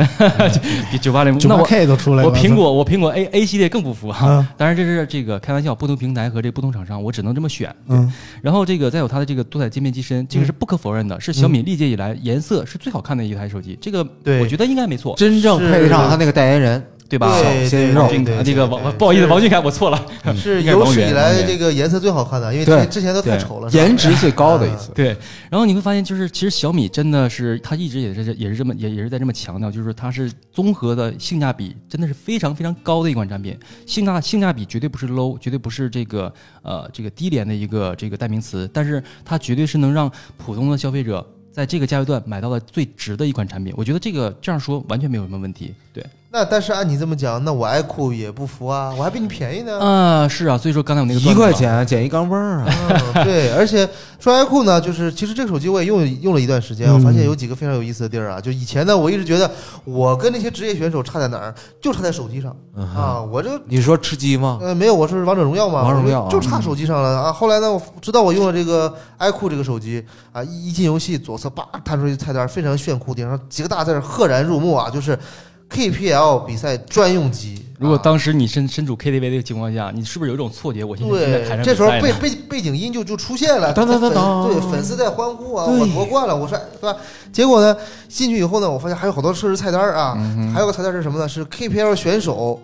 S4: 比九八零，
S5: 九
S4: 那
S5: 八
S4: 我
S5: K 都出来了，
S4: 我苹果我苹果 A A 系列更不服哈、
S5: 嗯
S4: 当然这是这个开玩笑，不同平台和这不同厂商，我只能这么选。
S5: 嗯
S4: 然后这个再有它的这个多彩界面机身，这个是不可否认的，
S3: 嗯
S4: 是小米历届以来颜色是最好看的一台手机，这个
S3: 对
S4: 我觉得应该没错。
S2: 真正配得上他那个代言人，
S4: 对吧？
S3: 对
S2: 鲜
S3: 对
S2: 肉
S3: 对对，
S4: 这个
S3: 对
S4: 王不好意思，
S3: 是
S4: 王俊凯我错了，
S3: 是
S4: 应该
S3: 有
S4: 王
S3: 史以
S4: 源王
S3: 来
S4: 源
S3: 这个颜色最好看的，因为
S2: 对
S3: 之之前都太
S4: 对
S3: 丑了，是吧
S2: 颜值最高的一次。
S4: 对，然后你会发现，就是其实小米真的是，它一直也是也是这么也也是在这么强调，就是它是综合的性价比真的是非常非常高的一款产品，性价性价比绝对不是 low，绝对不是这个呃这个低廉的一个这个代名词，但是它绝对是能让普通的消费者在这个价位段买到了最值的一款产品。我觉得这个这样说完全没有什么问题。对，
S3: 那但是按你这么讲，那我爱酷也不服啊，我还比你便宜呢。
S4: 啊、是啊，所以说刚才我那个
S2: 一
S4: 段子嘛
S2: 块，钱捡一钢镚儿啊！
S3: 嗯
S2: (laughs)
S3: 对，而且说爱酷呢，就是其实这个手机我也用用了一段时间，我发
S2: 嗯
S3: 现有几个非常有意思的地儿啊。就以前呢，我一直觉得我跟那些职业选手差在哪儿，就差在手机上
S2: 嗯哼
S3: 啊。我这
S2: 你说吃鸡吗？
S3: 呃没有，我是王者荣耀嘛，
S2: 王者荣耀
S3: 我就就
S2: 啊
S3: 差手机上了啊。后来呢，我知道我用了这个爱酷这个手机啊，一一进游戏左侧叭弹出一菜单，非常炫酷，顶上几个大字儿赫然入目啊，就是 KPL 比赛专用机。
S4: 如果
S3: 啊
S4: 当时你身身处 KTV 的情况下，你是不是有一种错觉？我现在正在台
S3: 对
S4: 上，
S3: 这时候
S4: 比赛
S3: 背
S4: 呢
S3: 背背景音就就出现了，
S2: 当当当
S3: 粉
S2: 当
S3: 对，粉丝在欢呼啊，
S2: 对
S3: 我夺冠了，我说对吧？结果呢，进去以后呢，我发现还有好多设置菜单啊，
S2: 嗯
S3: 还有个菜单是什么呢？是 KPL 选手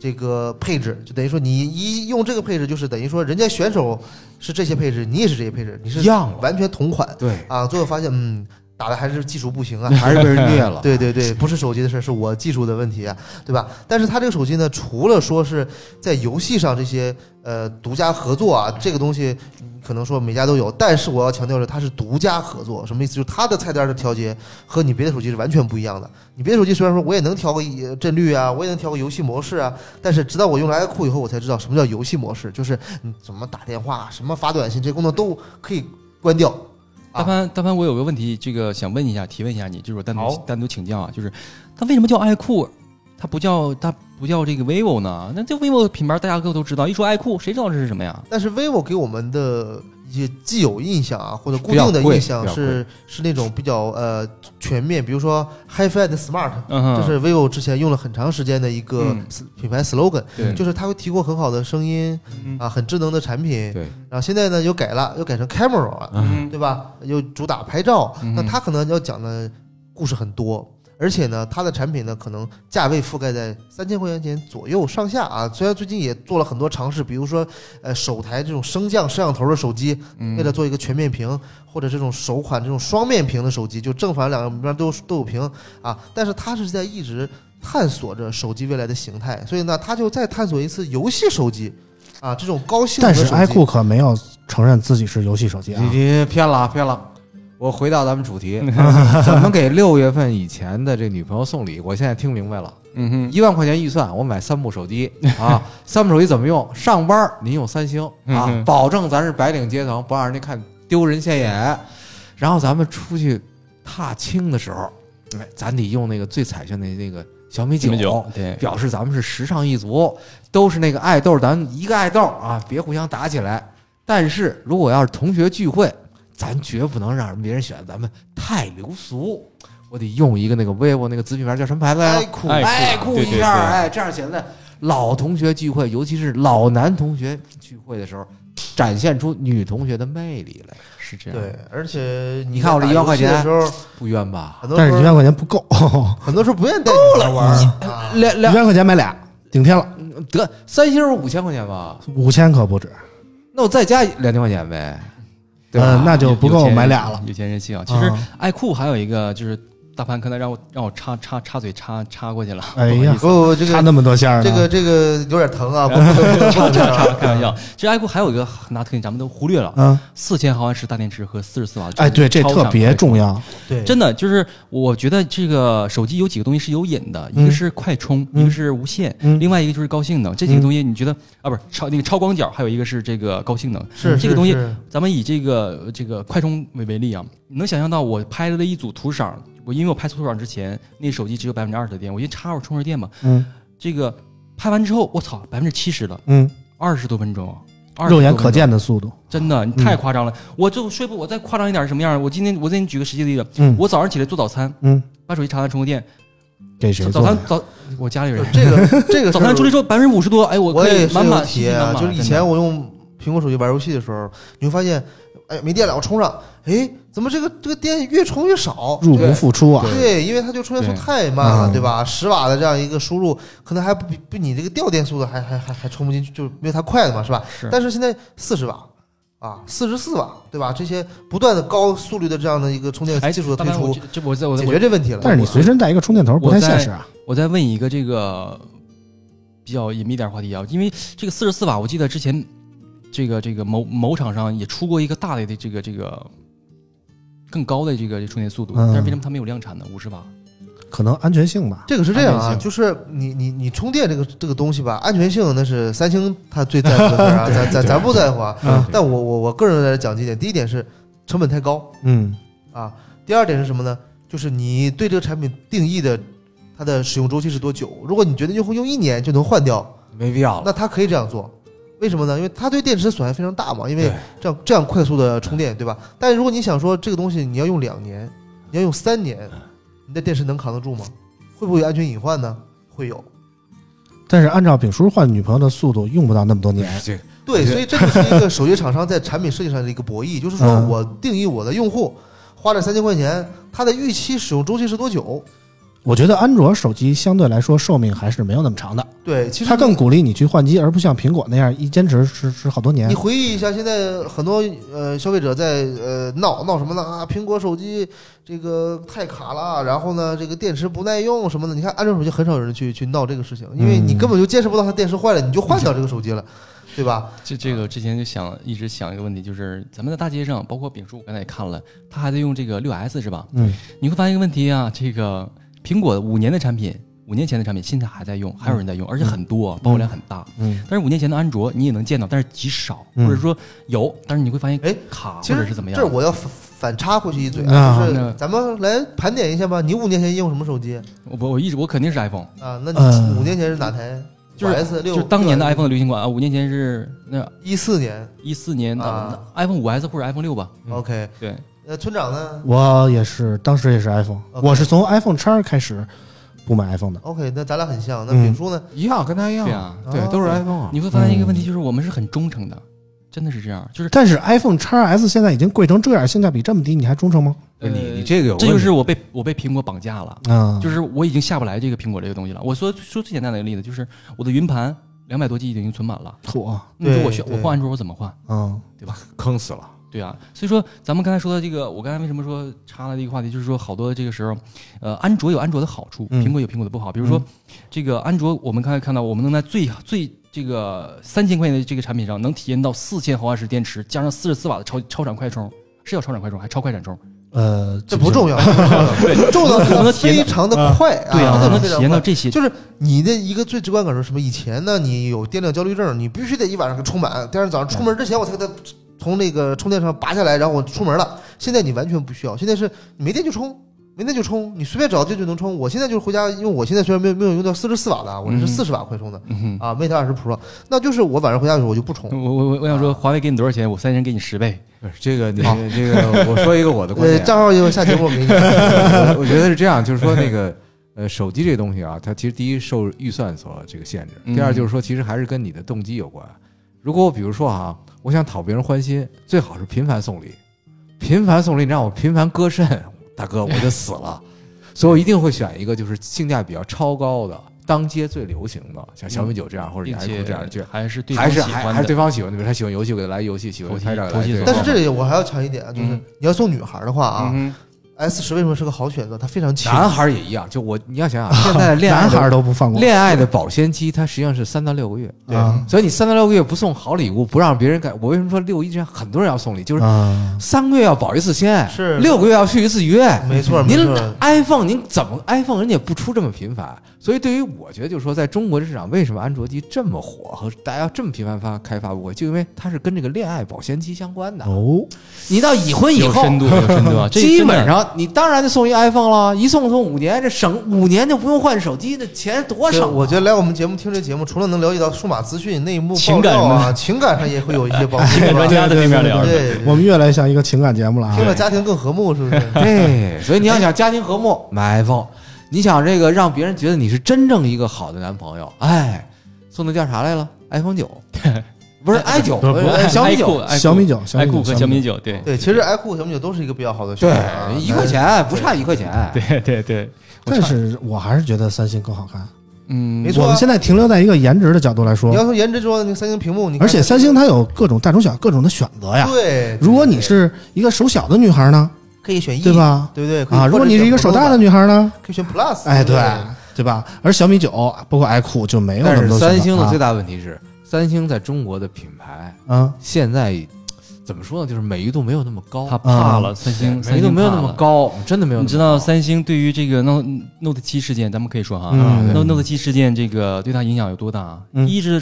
S3: 这个配置，就等于说你一用这个配置，就是等于说人家选手是这些配置，你也是这些配置，你是
S2: 一样了
S3: 完全同款
S2: 对，
S3: 啊。最后发现，嗯，打的还是技术不
S2: (laughs)
S3: 行啊，
S2: 还是被人虐了。
S3: 对对对，不是手机的事儿，是我技术的问题啊，对吧？但是它这个手机呢，除了说是在游戏上这些呃独家合作啊，这个东西嗯可能说每家都有，但是我要强调是它是独家合作，什么意思？就是它的菜单的调节和你别的手机是完全不一样的。你别的手机虽然说我也能调个呃帧率啊，我也能调个游戏模式啊，但是直到我用了 iQOO 以后，我才知道什么叫游戏模式，就是你怎么打电话、什么发短信这些功能都可以关掉。啊
S4: 大潘，大潘，我有个问题，这个想问一下，提问一下你，就是我单
S3: 好
S4: 独单独请教啊，就是它为什么叫爱酷，它不叫它不叫这个 vivo 呢？那这 vivo 品牌大家都都知道，一说爱酷，谁知道这是什么呀？
S3: 但是 vivo 给我们的一些既有印象啊，或者固定的印象
S2: 比较贵
S3: 是是那种比较呃全面，比如说 HiFi 的 Smart，
S4: 嗯哼，
S3: 这是 vivo 之前用了很长时间的一个
S4: 嗯
S3: s- 品牌 slogan，
S4: 对
S3: 就是它会提供很好的声音
S4: 嗯
S3: 啊，很智能的产品。
S2: 对，
S3: 然后现在呢又改了，又改成 camera 了，
S4: 嗯
S3: 对吧？又主打拍照，
S4: 嗯
S3: 那它可能要讲的故事很多，而且呢，它的产品呢可能价位覆盖在三千块钱钱左右上下啊。虽然最近也做了很多尝试，比如说呃首台这种升降摄像头的手机，为了做一个全面屏，或者这种首款这种双面屏的手机，就正反两边都有都有屏啊。但是它是在一直探索着手机未来的形态，所以呢，它就再探索一次游戏手机。啊，这种高性能
S5: 但
S3: 的手
S5: 是
S3: 机，
S5: iQOO 可没有承认自己是游戏手机啊
S2: 你。你偏了啊偏了。我回到咱们主题，怎么给六月份以前的这女朋友送礼？我现在听明白了，
S4: 嗯哼，
S2: 一万块钱预算，我买三部手机啊，三部手机怎么用？上班儿您用三星
S4: 嗯
S2: 啊
S4: 哼，
S2: 保证咱是白领阶层，不让人家看丢人现眼。然后咱们出去踏青的时候，哎，咱得用那个最彩炫的那个小米
S4: 这
S2: 九
S4: 么，久，对，
S2: 表示咱们是时尚一族，都是那个爱豆，咱一个爱豆啊，别互相打起来。但是如果要是同学聚会，咱绝不能让别人选咱们太流俗，我得用一个那个 vivo 那个子品牌叫什么牌子呀？
S3: iQOO
S2: 爱
S4: 爱酷
S2: 酷一下，哎，这样显得老同学聚会，尤其是老男同学聚会的时候，展现出女同学的魅力来，
S4: 是这样，
S3: 对，而且
S2: 你看我这
S3: 打
S2: 一万块钱
S3: 游戏的时候，
S2: 不冤吧？
S3: 很多
S5: 但
S3: 时
S5: 是一
S3: 候
S5: 万块钱不够，
S3: 很多时候不愿意带女孩玩儿啊。
S2: 两
S5: 一万块钱买俩，顶天了，
S2: 得三星五千块钱吧，
S5: 五千可不止。
S2: 那我再加两千块钱呗，对吧？
S1: 呃
S5: 嗯，那就不
S4: 有
S5: 够
S4: 钱
S5: 买
S4: 人
S5: 俩了。
S4: 有钱任性啊。其实
S5: 啊
S4: 爱酷还有一个就是大潘刚才让我让我插插插嘴插插过去了，
S5: 哎
S4: 不好意
S5: 呀
S4: 思
S3: 不不，这
S5: 差
S3: 个
S5: 那么多馅儿呢，
S3: 这个这个有点 (laughs) 疼啊，不不不不不
S4: (laughs) 插插
S3: 能
S4: 开玩笑。其实爱酷还有一个很大特点，咱们都忽略了，
S5: 嗯，
S4: 四千毫安时大电池和四十四瓦的
S5: 哎，对，这
S4: 超
S5: 特
S4: 长
S5: 别
S4: 快充
S5: 重要。
S3: 对，
S4: 真的就是，我觉得这个手机有几个东西是有瘾的，一个是快充，
S5: 嗯
S4: 一个是无线，
S5: 嗯
S4: 另外一个就是高性能。这几个东西，你觉得、啊，不是超那个超广角，还有一个是这个高性能。
S3: 是
S4: 这个东西
S3: 是
S4: 咱们以这个这个快充为为例啊，你能想象到我拍了一组图赏，我因为我拍图赏之前，那手机只有百分之二十的电，我一插会儿充会儿电嘛，
S5: 嗯
S4: 这个拍完之后，我操，百分之七十了，
S5: 嗯，
S4: 二十多分钟，20
S5: 肉眼
S4: 多分钟
S5: 可见的速度。
S4: 真的，你
S3: 嗯
S4: 太夸张了！我就说不，我再夸张一点是什么样？我今天我再给你举个实际的例子，
S5: 嗯
S4: 我早上起来做早餐，
S5: 嗯，
S4: 把手机插在充个电，
S5: 给谁
S4: 早
S5: 做
S4: 餐
S5: 的？
S4: 早我家里人
S3: 是这个 (laughs) 这个
S4: 早餐出来
S3: 来，
S4: 之后百分之五十多，哎，我
S3: 我
S4: 可以
S3: 也是
S4: 满
S3: 有
S4: 满
S3: 体验啊，就是以前我用苹果手机玩游戏的时候，你会发现哎没电了，我充上，哎，怎么这个这个电越充越少？
S5: 入不敷出啊！
S3: 对，因为它就充电速太慢了，对吧？十瓦的这样一个输入，可能还不比比你这个掉电速度还还还还充不进去，就没有它快的嘛，是吧？
S4: 是
S3: 但是现在四十瓦。啊，四十四瓦，对吧？这些不断的高速率的这样的一个充电
S4: 哎，
S3: 技术的推
S4: 大白我
S3: 出，
S4: 这这我在我在
S3: 解
S4: 我
S3: 决这问题了。
S5: 但是你随身带一个充电头不太现实啊。
S4: 我再问一个这个比较隐秘点儿话题啊，因为这个四十四瓦，我记得之前这个这个某某厂商也出过一个大类的这个这个更高的这个充电速度，
S5: 嗯
S4: 但是为什么它没有量产呢？五十瓦，
S5: 可能安全性吧。
S3: 这个是这样
S4: 安全
S3: 啊，
S4: 性
S3: 就是你你你充电这个这个东西吧，安全性那是三星它最在乎
S4: (laughs)
S3: 的事儿啊，咱咱咱不在乎啊。
S5: 嗯
S3: 但我我我个人来讲几点，第一点是成本太高
S5: 嗯，
S3: 啊，第二点是什么呢？就是你对这个产品定义的它的使用周期是多久？如果你觉得用户用一年就能换掉，
S2: 没必要了。
S3: 那它可以这样做。为什么呢？因为它对电池的损害非常大嘛，因为
S2: 对
S3: 这样这样快速的充电，对吧？但是如果你想说这个东西你要用两年，你要用三年，
S4: 嗯
S3: 你的电池能扛得住吗？会不会有安全隐患呢？会有。
S5: 但是按照丙叔换女朋友的速度，用不到那么多年。
S2: 这个
S3: 对，
S2: 对
S3: 所以这个是一个手机厂商在产品设计上的一个博弈，就是说
S5: 嗯
S3: 我定义我的用户花这三千块钱，他的预期使用周期是多久？
S5: 我觉得安卓手机相对来说寿命还是没有那么长的，
S3: 对，其实
S5: 它更鼓励你去换机，而不像苹果那样一坚持是是好多年
S3: 你。回忆一下，现在很多呃消费者在呃闹闹什么呢？啊，苹果手机这个太卡了，然后呢这个电池不耐用什么的。你看安卓手机很少有人去去闹这个事情，因为你
S5: 嗯
S3: 根本就见识不到它电池坏了，你就换掉这个手机
S4: 嗯
S3: 了，对吧？
S4: 这这
S3: 啊
S4: 个之前就想一直想一个问题，就是咱们在大街上，包括丙叔，我刚才也看了，他还在用这个六 S 是吧？
S5: 嗯，
S4: 你会发现一个问题啊，这个苹果五年的产品，五年前的产品现在还在用，还有人在
S3: 嗯
S4: 用，而且很多，包括量很大。
S5: 嗯，
S4: 但是五年前的安卓你也能见到，但是极少，
S5: 嗯
S4: 或者说有，但是你会发现
S3: 哎
S4: 卡
S3: 其
S4: 或
S3: 实
S4: 者是怎么样嗯
S3: 这儿？我要反反插回去一嘴
S5: 啊
S3: 啊，就是
S4: 那
S3: 咱们来盘点一下吧。你五年前用什么手机？
S4: 我我我一直我肯定是 iPhone，
S3: 啊，那
S5: 嗯
S3: 你五年前是哪台？
S4: 呃就是
S3: S 六，
S4: 就是当年的 iPhone 的流行款啊，五年前是那
S3: 一四年。
S4: 一四年的
S3: 啊
S4: iPhone 五 S 或者 iPhone 六吧？
S2: 嗯
S3: OK，
S4: 对，
S3: 呃，村长呢
S5: 我也是，当时也是 iPhone，
S3: OK
S5: 我是从 iPhone 叉开始不买 iPhone 的。
S3: ？OK，那咱俩很像。那
S5: 嗯
S3: 丙叔呢？
S2: 一样，跟他
S3: 哦
S2: 一样
S4: 对啊，
S2: 对，都是 iPhone 啊。
S4: 你会发现一个问题，就是我们是很忠诚的，真的是这样，就是
S5: 但是 iPhone 叉 S 现在已经贵成这样，性价比这么低，你还忠诚吗？
S2: 不是你
S4: 呃
S2: 你这个有
S4: 这就
S2: 问题
S4: 是我被我被苹果绑架了。
S1: 嗯
S5: 啊，
S4: 就是我已经下不来这个苹果这个东西了。我说说最简单的一个例子，就是我的云盘两百多 G 已经存满了。
S5: 火，
S4: 你说
S3: 对
S4: 我需要我
S3: 对
S4: 换安卓我怎么换？
S5: 嗯
S2: 坑死了。
S4: 对啊，所以说咱们刚才说到这个，我刚才为什么说插了一个话题，就是说好多这个时候，呃，安卓有安卓的好处，
S5: 嗯
S4: 苹果有苹果的不好。比如说，这个安卓，我们刚才看到，我们能在最最这个三千块钱的这个产品上，能体验到四千毫安时电池加上四十四瓦的超超闪快充，是叫超闪快充，还超快闪充。
S5: 呃，
S3: 这不
S4: (laughs)
S3: 重要，重要的
S4: 我们能
S3: 是
S4: 体验
S3: 非常的快，
S4: 对啊，我
S3: 啊，
S4: 能
S3: 非常
S4: 体验到
S3: 快。
S4: 这些。
S3: 就是你的一个最直观感受，是什么？以前呢，你有电量焦虑症，你必须得一晚上给充满，第二天早上出门之前我才给它从那个充电上拔下来，然后我出门了。现在你完全不需要，现在是你没电就充，没电就充，你随便找地就能充。我现在就是回家，因为我现在虽然没有没有用到四十四瓦的啊，我这是
S4: 嗯
S3: 四十瓦快充的，
S4: 嗯
S3: 啊，Mate 二十 Pro，那就是我晚上回家的时候我就不充
S4: 哼，。 (laughs) 我我我我想说，华为给你多少钱，我三星给你十倍。
S2: 不是这个你这个，我说一个我的观
S3: 呃，
S2: 点啊，
S3: 账号有下节目我
S4: (laughs)
S3: 给你。
S2: 呃 (laughs) 我我觉得是这样，就是说那个呃，手机这东西啊，它其实第一受预算所这个限制，第二
S4: 嗯
S2: 就是说，其实还是跟你的动机有关。如果我比如说啊，我想讨别人欢心，最好是频繁送礼，频繁送礼，你让我频繁割肾，大哥我就死 (laughs) 了。所以我一定会选一个就是性价比较超高的，当街最流行的，像小米九这样、或者
S4: 并
S2: 雅
S4: 且
S2: 酷这样去。
S4: 还是对
S2: 还
S4: 方喜
S2: 是还还
S4: 欢
S2: 是对
S4: 的。
S2: 方喜欢的，比如他喜欢游戏，我给他来游戏；喜欢
S4: 投机
S2: 拍照，
S4: 投机
S2: 来对
S4: 所好
S3: 但是这里我还要强一点啊，就是
S4: 嗯
S3: 你要送女孩的话啊
S4: 嗯哼，
S3: ，S 十为什么是个好选择？它非常轻，
S2: 男孩儿也一样，就我你要想想，啊现在的恋爱
S5: 男
S2: 的
S5: 孩儿都不放过。
S2: 恋爱的保鲜期，它实际上是三到六个月，
S3: 对
S5: 啊
S2: 所以你三到六个月不送好礼物，不让别人感，我为什么说六一之前很多人要送礼，
S1: 嗯
S2: 就是
S5: 啊，
S2: 三个月要保一次鲜，
S3: 是
S2: 六个月要续一次约。
S3: 没错没
S2: 您
S3: 错。
S2: iPhone 您怎么 iPhone 人家也不出这么频繁，所以对于我觉得就是说，在中国的市场，为什么安卓机这么火和大家这么频繁发开发布会，就因为它是跟这个恋爱保鲜期相关的。
S5: 哦，
S2: 你到已婚以
S4: 有
S2: 后，(laughs)
S4: 深度，有深度啊！这
S2: 基
S4: 真的
S2: 本上你当然就送一 iPhone 了，一送送五年，这省五年就不用换手机，那钱多省啊。
S3: 我觉
S2: (laughs)
S3: 得来我们节目听这节目，除了能了解到数码资讯、内幕爆
S4: 情感
S3: 料啊，
S4: 呢
S3: 情感上也会有一些帮
S1: (laughs)
S3: 助。
S4: 情感专家在对面聊
S3: 对
S4: 着。
S3: 对，对
S5: 我们越来越像一个情感节目了啊
S3: 听！了家庭更和睦，是不是？
S1: (laughs)
S2: 对，哎所以
S3: 哎
S2: 你要想家庭和睦，买 iPhone；你想这个让别人觉得你是真正一个好的男朋友，哎，送的叫啥来了？iPhone
S4: (laughs)
S2: 九，不是 i 九，
S1: 不是不是
S2: 呃小米
S4: iQOO
S2: 九，
S4: iQOO
S1: 小米酒，小
S4: 爱
S1: 米
S4: 酷
S1: 酒，
S4: 和小米酒，对
S3: 对，其实 iQOO 小米酒都是一个比较好的选
S2: 对
S3: 择啊，
S2: 一块钱不差一块钱，
S4: 哎对对对，我
S1: 但
S4: 差
S1: 是我还是觉得三星更好看。
S4: 嗯，
S3: 没错啊
S1: 我们现在停留在一个颜值的角度来
S3: 你要
S1: 说，
S3: 从颜值中，那个三星屏幕，你看
S1: 而且三星它有各种大中小各种的选择呀。
S3: 对，
S1: 如果你是一个手小的女孩呢，
S3: 可以选 E，
S1: 对？吧？
S3: 对不对？可以
S1: 啊，如果你是一个手大的，女孩呢，
S3: 可以选 Plus，
S1: 哎，
S3: 对
S1: 对
S3: 不，
S1: 对吧？而小米酒，包括 iQOO 就没有
S2: 但
S1: 那么
S2: 是
S1: 多选择
S2: 三星的
S1: 啊
S2: 最大问题是，三星在中国的品牌
S1: 嗯，
S2: 现在怎么说呢？就是美誉度没有那么高，
S4: 他怕了三星，
S2: 美
S4: 三
S2: 誉度
S4: 星
S2: 没有
S4: 怕
S2: 那么
S4: 了。
S2: 高，真的没有那么高。
S4: 你知道三星对于这个 Note Note 七事件，咱们可以说哈、
S1: 嗯
S4: n o t e Note 七事件这个对它影响有多大啊？
S1: 嗯
S4: 一是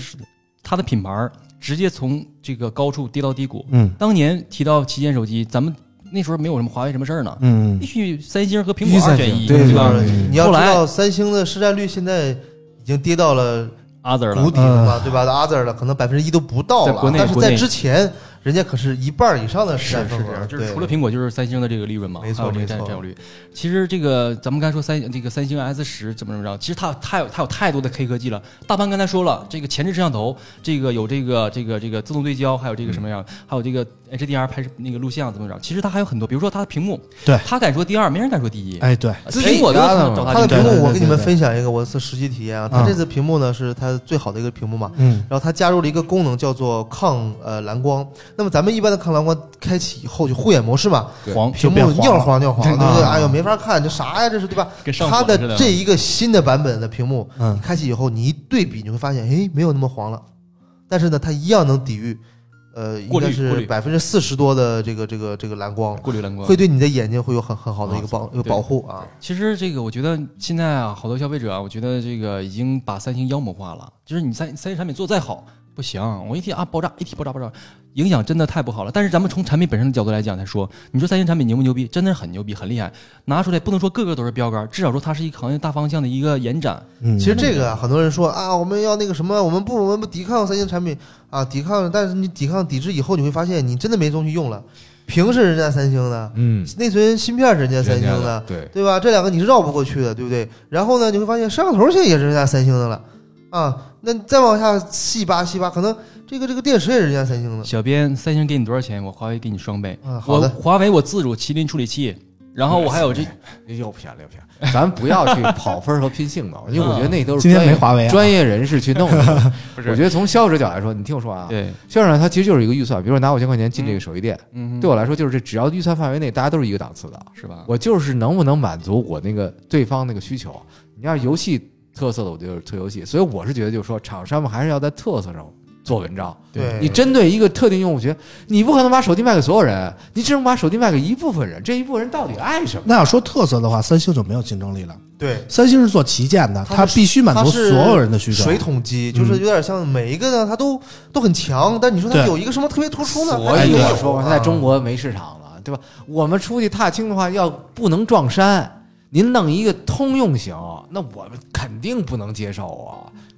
S4: 它的品牌儿直接从这个高处跌到低谷。
S1: 嗯
S4: 当年提到旗舰手机，咱们那时候没有什么华为什么事儿呢，
S1: 嗯
S4: 必须三星和苹
S2: 必须
S4: 果二
S2: 三星
S4: 选一，
S2: 对
S4: 吧
S1: 对对
S3: 就是你要知
S4: 后
S3: 道，三星的市占率现在已经跌到了
S4: ？Other
S3: 谷
S4: 了，
S3: 底了嘛，对吧？Other 了，可能百分之一都不到
S4: 在
S3: 了
S4: 国，内
S3: 但是
S4: 国
S3: 在
S4: 内
S3: 之前，人家可是一半以上的市
S4: 是
S3: 占
S4: 是
S3: 份
S4: 这样，
S3: 额，
S4: 就是
S3: 对
S4: 除了苹果就是三星的这个利润嘛，
S3: 没错
S4: 还有这个
S3: 没错
S4: 占占有率。其实这个咱们刚才说三这个三星 S 十怎么怎么着，其实它它有它有太多的 K 科技了。大潘刚才说了，这个前置摄像头，这个有这个这个这个自动对焦，还有这个什么样，还有这个 HDR 拍摄那个录像怎么着，其实它还有很多，比如说它的屏幕，
S1: 对
S4: 它敢说第二，没人敢说第一。
S1: 哎，对，
S4: 苹果都要找
S3: 它的
S4: 它
S3: 屏
S4: 竞争
S3: 幕，我
S1: 对对对
S3: 给你们
S1: 对
S3: 分享一个我是实际体验啊。它
S1: 嗯
S3: 这次屏幕呢是它最好的一个屏幕嘛，
S1: 嗯
S3: 然后它加入了一个功能叫做抗呃蓝光。那么咱们一般的抗蓝光开启以后就护眼模式嘛，
S1: 黄
S3: 屏
S1: 就
S3: 幕
S1: 变黄
S3: 尿
S1: 了，
S3: 黄尿
S1: 嗯
S3: 黄，对不对？
S1: 啊
S3: 哎呦，没法看，这啥呀？这是对吧？
S4: 跟上火
S3: 它
S4: 似的
S3: 的这一个新的版本的屏幕，
S1: 嗯
S3: 你开启以后你一对比，你会发现，哎，没有那么黄了，但是呢，它一样能抵御，呃，应
S4: 过滤
S3: 该
S4: 过
S3: 是
S4: 滤
S3: 百分之四十多的这个这个这个蓝光，
S4: 过滤蓝光
S3: 会。对你的眼睛会有很很好的一个保一个
S4: 对
S3: 保护啊。
S4: 其实这个我觉得现在啊，好多消费者啊，我觉得这个已经把三星妖魔化了。就是你三三星产品做再好不行，我一提啊爆炸，一提爆炸爆炸，影响真的太不好了。但是咱们从产品本身的角度来讲来说，你说三星产品牛不牛逼？真的是很牛逼，很厉害。拿出来不能说个个都是标杆，至少说它是一个行业大方向的一个延展。
S1: 嗯，
S3: 其实这个啊，很多人说啊，我们要那个什么，我们不，我们不抵抗三星产品啊，抵抗，但是你抵抗抵制以后，你会发现你真的没东西用了，屏是人家三星的，
S2: 嗯，
S3: 内存芯片是人家三星
S2: 人家
S3: 的，
S2: 对，
S3: 对吧？这两个你是绕不过去的，对不对？然后呢，你会发现摄像头现在也是人家三星的了，啊，那你再往下细扒细扒，可能这个这个电池也是人家三星的，
S4: 小编，三星给你多少钱，我华为给你双倍。
S3: 啊，好
S4: 我
S3: 的，
S4: 华为我自主麒麟处理器，然后我还有这
S2: 又偏了又嗯偏了， (laughs) 咱不要去跑分儿和拼性能，因为我觉得那都是
S1: 今天
S2: 专业
S1: 没华为啊
S2: 专业人士去弄的。
S4: 不
S2: 我觉得从消费者角来说，你听我说啊，
S4: 对，
S2: 消费者它其实就是一个预算，比如说拿五千块钱进这个手机店，
S4: 嗯，
S2: 对我来说就是这只要预算范围内，大家都是一个档次的。
S4: 是吧？
S2: 我就是能不能满足我那个对方那个需求。你要是游戏特色的，我就是推游戏。所以我是觉得，就是说，厂商们还是要在特色上做文章。
S3: 对
S2: 你针对一个特定用户群，你不可能把手机卖给所有人，你只能把手机卖给一部分人。这一部分人到底爱什么？
S1: 那要说特色的话，三星就没有竞争力了。
S3: 对。
S1: 三星是做旗舰的，
S3: 它
S1: 它
S3: 是
S1: 必须满
S3: 它
S1: 足
S3: 是
S1: 所有人的需求。
S3: 水桶机就是有点像每一个呢，它都都很强，但你说它
S1: 对
S3: 有一个什么特别突出呢？
S2: 所
S3: 还
S2: 以
S3: 没
S2: 我
S3: 有
S2: 说嘛，
S3: 啊
S2: 在中国没市场了，对吧？我们出去踏青的话，要不能撞山，您弄一个通用型，那我们肯定不能接受啊。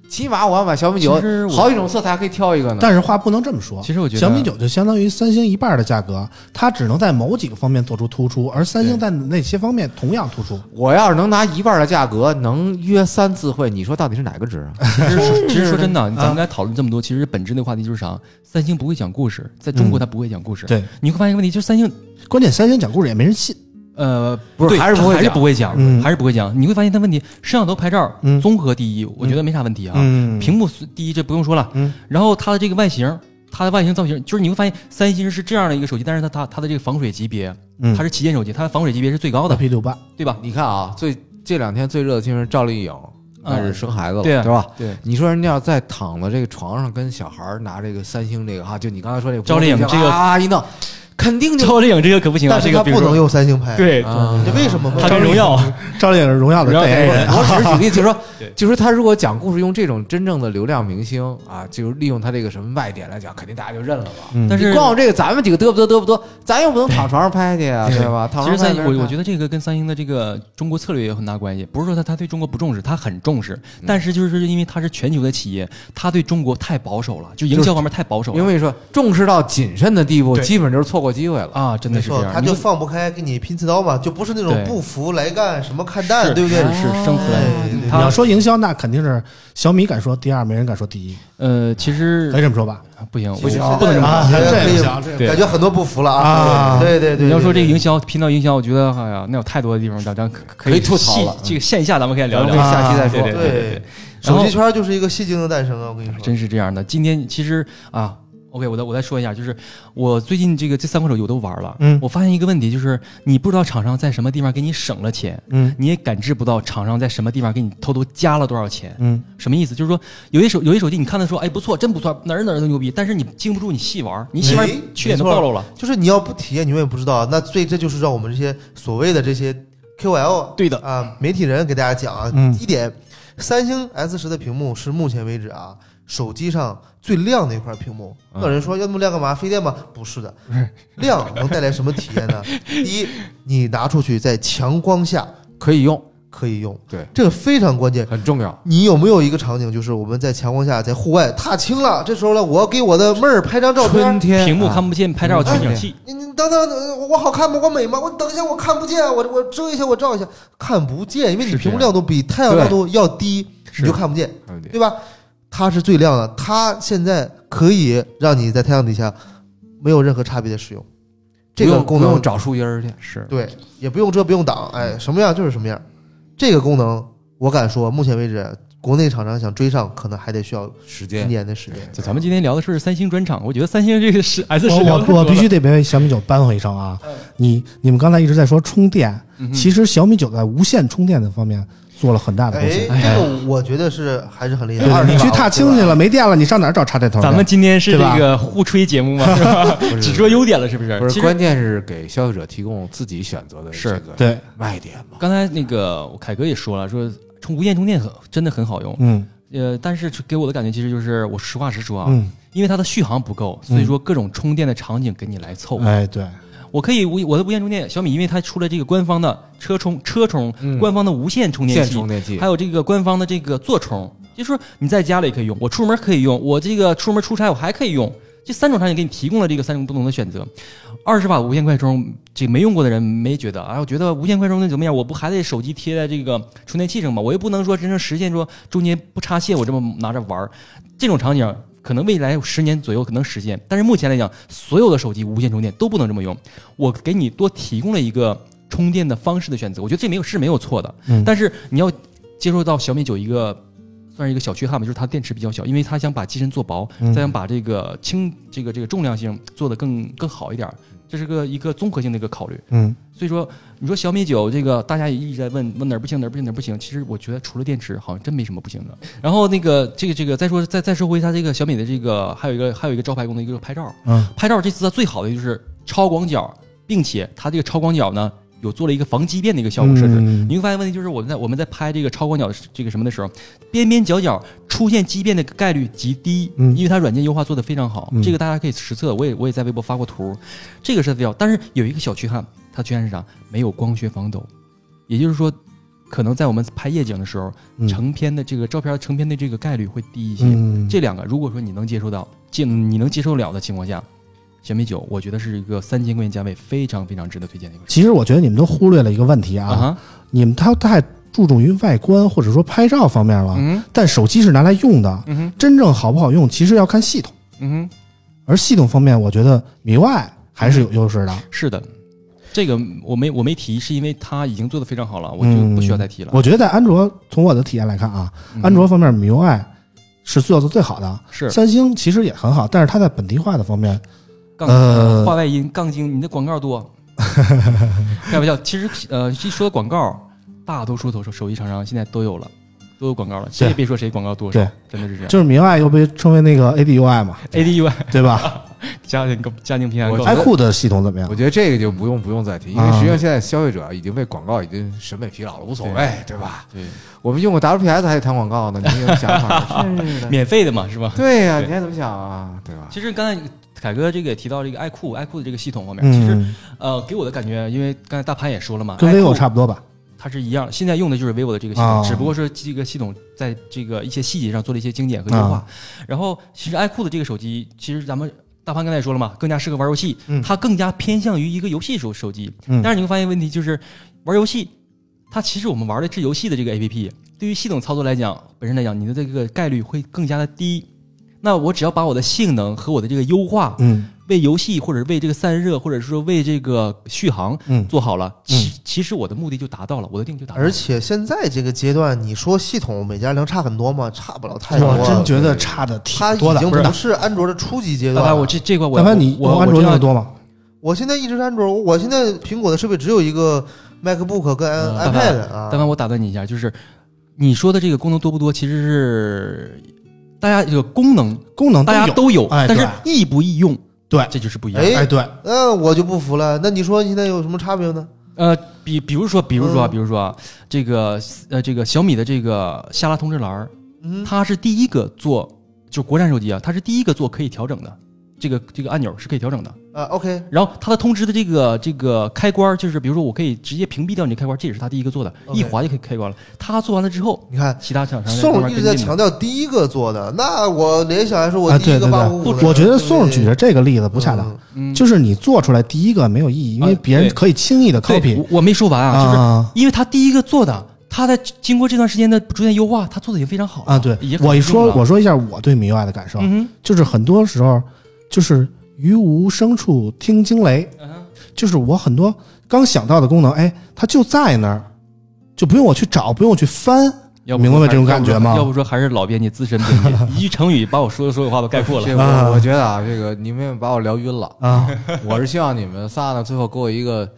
S2: 起码我要买小米九
S4: 其实，我
S2: 好几种色彩还可以挑一个呢。
S1: 但是话不能这么说，
S4: 其实我觉得
S1: 小米九就相当于三星一半的价格，它只能在某几个方面做出突出，而三星在那些方面同样突出。
S2: 我要是能拿一半的价格，能约三次会，你说到底是哪个值啊？ (laughs)
S4: (laughs) 其实说，其实说真的，咱们刚才讨论这么多，其实本质那个话题就是啥？三星不会讲故事，在中国它不会讲故事。
S1: 对，
S4: 你会发现一个问题，就是三星，
S1: 关键三星讲故事也没人信。
S4: 呃，
S2: 不是
S4: 对
S2: 还是不会
S4: 它还是
S2: 讲
S4: 不会讲，
S1: 嗯
S4: 还是不会讲。你会发现它问题，摄像头拍照
S1: 嗯
S4: 综合第一，我觉得没啥问题啊。
S1: 嗯
S4: 屏幕第一这不用说了
S1: 嗯，
S4: 然后它的这个外形。它的外形造型就是你会发现，三星是这样的一个手机，但是它它它的这个防水级别，
S1: 嗯
S4: 它是旗舰手机，它的防水级别是最高的，
S1: P 六八，
S4: 对吧？
S2: 你看啊，最这两天最热的新闻，赵丽颖开始生孩子了，
S4: 对啊
S2: 对吧？
S4: 对，
S2: 你说人家要在躺在这个床上跟小孩儿拿这个三星这个哈，就你刚才说这个
S4: 赵丽颖这个
S2: 啊一弄，肯定就
S4: 超丽颖这个可不行啊，
S3: 但是
S4: 这
S3: 它
S4: 个比如
S3: 不
S4: 说
S3: 能用三星拍，，
S4: 对，
S2: 啊
S3: 这为什么吗？
S4: 它跟荣耀
S1: 赵丽颖是荣耀的代言
S5: 哎
S1: 人。
S2: 哎我只是举例，就是说
S4: 对，
S2: 就是说他如果讲故事用这种真正的流量明星啊，就是利用他这个什么外点来讲，肯定大家就认了吧。
S1: 嗯
S4: 但是
S2: 你光有这个，咱们几个嘚不嘚嘚不嘚，咱又不能躺床上拍去啊，
S1: 对
S2: 对吧？躺
S4: 其
S2: 床
S4: 实
S2: 上拍
S4: 三
S2: 没
S4: 星，
S2: 人
S4: 我
S2: 看
S4: 我觉得这个跟三星的这个中国策略也有很大关系。不是说他他对中国不重视，他很重视，但是就是因为他是全球的企业，他对中国太保守了，就营销方面太保守了。
S2: 因为说重视到谨慎的地步，基本就是错过过机会了。
S4: 啊，真的
S3: 没
S4: 是这
S3: 错，
S4: 样，
S3: 他
S4: 你
S3: 就放不开，给你拼刺刀嘛，就不是那种
S4: 对
S3: 不服来干什么看淡，
S4: 是
S3: 对不对？
S4: 是是生死来
S3: 哎
S4: 嗯
S3: 对
S4: 他
S5: 你要说营销，那肯定是小米敢说第二，没人敢说第一，
S4: 呃，其实
S1: 哎
S5: 可以这么说吧？
S4: 啊不行，
S3: 哦不
S4: 我
S3: 行
S4: 不能这么
S5: 啊，
S4: 干。
S3: 对
S5: 这个
S3: 可以
S5: 不行，这个
S4: 对
S3: 感觉很多不服了
S5: 啊
S3: 对对对，
S4: 你要说这个营
S3: 销，
S4: 销，频道营销，我觉得哎呀，那有太多的地方，咱咱可可
S2: 可以吐槽
S4: 细
S2: 了
S4: 这个线下咱们可以聊
S2: 咱
S4: 聊，啊
S2: 们可以下期再说
S4: 对对对对，然
S3: 手
S4: 后
S3: 机圈就是一个戏精的诞生啊！我跟你说，
S4: 真是这样的。今天其实啊，OK，我再我再说一下，就是我最近这个这三款手机我都玩了，
S5: 嗯
S4: 我发现一个问题，就是你不知道厂商在什么地方给你省了钱，
S5: 嗯，
S4: 你也感知不到厂商在什么地方给你偷偷加了多少钱，
S5: 嗯，
S4: 什么意思？就是说有些手有些手机你看他说，哎不错，真不错，哪儿哪儿都牛逼，但是你经不住你细玩，你细玩
S3: 哎
S4: 缺点都
S3: 没错
S4: 暴露了。
S3: 就是你要不体验，你永远不知道。啊那最这就是让我们这些所谓的这些 QL
S4: 对的
S3: 啊媒体人给大家讲啊，
S5: 嗯
S3: 一点，三星 S 十的屏幕是目前为止啊手机上最亮的一块屏幕。
S4: 嗯
S3: 那有人说要那么亮干嘛？费电吗？不是的，亮能带来什么体验
S4: (laughs)
S3: 呢？第一，你拿出去在强光下
S2: 可以用，
S3: 可以用，
S2: 对，
S3: 这个非常关键。
S2: 很重要。
S3: 你有没有一个场景，就是我们在强光下，在户外踏青了，这时候呢，我要给我的妹儿拍张照
S2: 春
S3: 片。
S2: 天
S4: 屏幕
S2: 啊
S4: 看不见，拍照取景
S2: 哎
S4: 器，
S3: 你你等等，呃我好看吗？我美吗？我等一下，我看不见，啊我我遮一下，我照一下，看不见，因为你
S2: 啊
S4: 是这样
S3: 屏幕亮度比太阳亮度要低，
S4: 是
S3: 你就看不见，
S2: 看不见
S3: 对吧？它是最亮的，它现在可以让你在太阳底下没有任何差别的使用，这
S2: 不
S3: 个
S2: 用
S3: 功
S2: 不
S3: 能
S2: 用找树荫儿去，
S4: 是
S3: 对，也不用遮，不用挡，哎，什么样就是什么样。这个功能，我敢说，目前为止，国内厂商想追上，可能还得需要
S2: 时
S3: 一
S2: 间
S3: 年的时间。
S4: 就咱们今天聊的是三星专场，我觉得三星这个是 S
S5: 我
S4: 十聊得
S5: 我
S4: 多
S5: 我
S4: 了
S5: 必须得被小米九扳回一城啊！你你们刚才一直在说充电，
S4: 嗯哼
S5: 其实小米九在无线充电的方面做了很大的贡
S3: 哎，
S5: 献。
S3: 这个我觉得是还是很厉害。
S5: 对，
S3: 20
S5: 你去
S3: 瓦
S5: 踏青去
S3: 对吧
S5: 了，没电了，你上哪儿找插电头去？啊
S4: 咱们今天是
S5: 对吧
S4: 这个互吹节目嘛，是吧？只说优点了，是不是？
S2: 不
S4: 其
S2: 是，
S4: 实
S2: 关键是给消费者提供自己选择的
S4: 是
S2: 这个
S5: 对，
S2: 卖点嘛。
S4: 刚才那个凯哥也说了，说充无线充电很真的很好用。
S5: 嗯
S4: 呃，但是给我的感觉其实就是，我实话实说啊，
S5: 嗯，
S4: 因为它的续航不够，所以说各种充电的场景给你来凑。
S1: 嗯
S5: 哎对，
S4: 我可以无我的无线充电，小米因为它出了这个官方的车充、车充、
S2: 嗯
S4: 官方的无线充电
S2: 线
S4: 器，
S2: 充电器
S4: 还有这个官方的这个座充，就是说你在家里可以用，我出门可以用，我这个出门出差我还可以用，这三种场景给你提供了这个三种不同的选择。二十瓦无线快充，这没用过的人没觉得啊，我觉得无线快充那怎么样？我不还得手机贴在这个充电器上吗？我又不能说真正实现说中间不插线，我这么拿着玩儿，这种场景。啊可能未来十年左右可能实现，但是目前来讲，所有的手机无线充电都不能这么用。我给你多提供了一个充电的方式的选择，我觉得这没有是没有错的。
S5: 嗯
S4: 但是你要接受到小米九一个算是一个小缺憾吧，就是它电池比较小，因为它想把机身做薄，
S5: 嗯
S4: 再想把这个轻这个这个重量性做得更更好一点儿，这是个一个综合性的一个考虑。
S5: 嗯
S4: 所以说，你说小米九这个，大家也一直在问问哪儿不行哪儿不行哪儿不行。其实我觉得除了电池，好像真没什么不行的。然后那个这个这个再说再再说回它这个小米的这个还有一个还有一个招牌功能，一个拍照。
S5: 嗯，
S4: 拍照这次它最好的就是超广角，并且它这个超广角呢有做了一个防畸变的一个效果设置。
S5: 嗯
S4: 你会发现问题就是我们在我们在拍这个超广角的这个什么的时候，边边角角出现畸变的概率极低，
S5: 嗯
S4: 因为它软件优化做得非常好，
S5: 嗯
S4: 这个大家可以实测，我也我也在微博发过图，这个是比较，但是有一个小缺憾，它缺憾是啥？没有光学防抖，也就是说，可能在我们拍夜景的时候，
S5: 嗯
S4: 成片的这个照片成片的这个概率会低一些。
S5: 嗯，
S4: 这两个，如果说你能接受到，接你能接受了的情况下，小米九，我觉得是一个三千块钱价位非常非常值得推荐的一个。
S5: 其实我觉得你们都忽略了一个问题啊，
S4: 哈，
S5: 你们太太注重于外观或者说拍照方面了，
S4: 嗯
S5: 但手机是拿来用的，
S4: 嗯哼
S5: 真正好不好用其实要看系统，
S4: 嗯哼。
S5: 而系统方面，我觉得米 Y 还是有优势的。
S4: 是的，这个我没我没提，是因为它已经做得非常好了，我就不需要再提了。
S5: 嗯我觉得在安卓，从我的体验来看啊，
S4: 嗯
S5: 安卓方面米 UI 是做的最好的。
S4: 是
S5: 三星其实也很好，但是它在本地化的方面，
S4: 杠
S5: 呃
S4: 话外音杠精，你的广告多，开玩笑。其实呃，一说到广告，大多数手手机厂商现在都有了，都有广告了，谁也别说谁广告多少
S5: 对，
S4: 真的是这样。
S5: 就是米 UI 又被称为那个 ADUI 嘛，
S4: ADUI
S5: 对吧？
S4: 家庭购家庭平安购
S2: 我觉，得
S5: iQOO 的系统怎么
S1: 啊
S5: 样
S2: 我？觉得这个就不用不用再提，因为
S5: 啊
S2: 实际上现在消费者已经被广告已经审美疲劳了，无所谓，对吧？
S4: 对，
S2: 我们用过 WPS 还得谈广告呢，你有想法？真是的，
S4: 免费的嘛，是吧？
S2: 对呀，
S4: 对
S2: 你还怎么想啊？对吧？
S4: 其实刚才凯哥这个也提到这个爱酷爱酷的这个系统方面，其实
S5: 嗯，
S4: 呃给我的感觉，因为刚才大潘也说了嘛，
S5: 跟 vivo
S4: iQOO
S5: 差不多吧？
S4: 它是一样，现在用的就是 vivo 的这个系统，
S5: 啊
S4: 只不过是这个系统在
S1: 啊
S4: 这个一些细节上做了一些精简和优化。然后，其实 iQOO 的这个手机，其实咱们大潘刚才也说了嘛，更加适合玩游戏，
S1: 嗯
S4: 它更加偏向于一个游戏手手机。
S1: 嗯
S4: 但是你会发现问题就是，玩游戏，它其实我们玩的是游戏的这个 APP，对于系统操作来讲，本身来讲，你的这个概率会更加的低。那我只要把我的性能和我的这个优化，
S1: 嗯
S4: 为游戏或者为这个散热，或者是说为这个续航
S1: 嗯
S4: 做好了，其其实我的目的就达到了，我的定就达到了。
S3: 而且现在这个阶段，你说系统每家能差很多吗？差不了太多
S1: 我
S3: 了。
S1: 真觉得差的挺
S3: 它
S1: 多
S3: 已
S1: 的
S3: 经。
S4: 不是
S3: 不是安卓的初级阶
S4: 大
S3: 段
S4: 潘，
S3: 了。
S4: 我这这块我
S1: 但凡你
S4: 我
S1: 用安卓用
S4: 我这
S1: 的
S4: 样
S1: 多吗？
S3: 我现在一直是安卓，我现在苹果的设备只有一个 MacBook 跟
S4: 嗯
S3: iPad 啊。
S4: 大凡我打断你一下，就是你说的这个功能多不多，其实是大家这个功能
S1: 功能
S4: 大家
S1: 有。
S4: 都有，
S1: 哎
S4: 但是
S1: 对
S4: 易不易用，
S1: 对
S4: 这就是不一样。
S1: 哎，
S3: 哎，
S1: 对，
S3: 那我就不服了。那你说现在有什么差别呢？
S4: 呃，比比如说，比如说啊，
S3: 嗯
S4: 比如说啊，这个呃，这个小米的这个下拉通知栏儿，
S3: 嗯，
S4: 它是第一个做，就国产手机啊，它是第一个做可以调整的，这个这个按钮是可以调整的。
S3: 啊，OK，
S4: 然后它的通知的这个这个开关儿，就是比如说我可以直接屏蔽掉你的开关儿，这也是它第一个做的，
S3: OK
S4: 一滑就可以开关了。它做完了之后，
S3: 你看
S4: 其他厂商在慢
S3: 宋
S4: 慢
S3: 一直
S4: 跟
S3: 在
S4: 进的
S3: 强调第一个做的，那我联想来说，我
S1: 啊
S3: 第一
S1: 对
S3: 个
S1: 对
S3: 八五五，
S1: 对，我觉得宋举的这个例子不恰当，
S3: 嗯
S4: 嗯，
S1: 就是你做出来第一个没有意义，因为
S4: 啊
S1: 别人
S4: 对
S1: 可以轻易的
S4: 对
S1: copy
S4: 我我没说完啊，就是
S1: 啊
S4: 因为他第一个做的，他在经过这段时间的逐渐优化，他做的已经非常好了
S1: 啊！对
S4: 也，很
S1: 我一说
S4: 用了
S1: 我说一下我对米 UI 的感受，
S4: 嗯
S1: 就是很多时候就是于无声处听惊雷，
S4: 哼，嗯
S1: 就是我很多刚想到的功能，哎，它就在那儿，就不用我去找，不用我去翻。
S4: 要不
S1: 明白
S4: 说
S1: 这种感觉吗
S4: 要不说还是老编辑资深编
S1: (laughs)
S4: 辑，一句成语把我说的所有话都概括
S2: 这
S4: 了。
S1: 啊
S2: 我我觉得啊，这个你们也把我聊晕了。
S1: (laughs) 啊，
S2: 我是希望你们仨呢，最后给我一个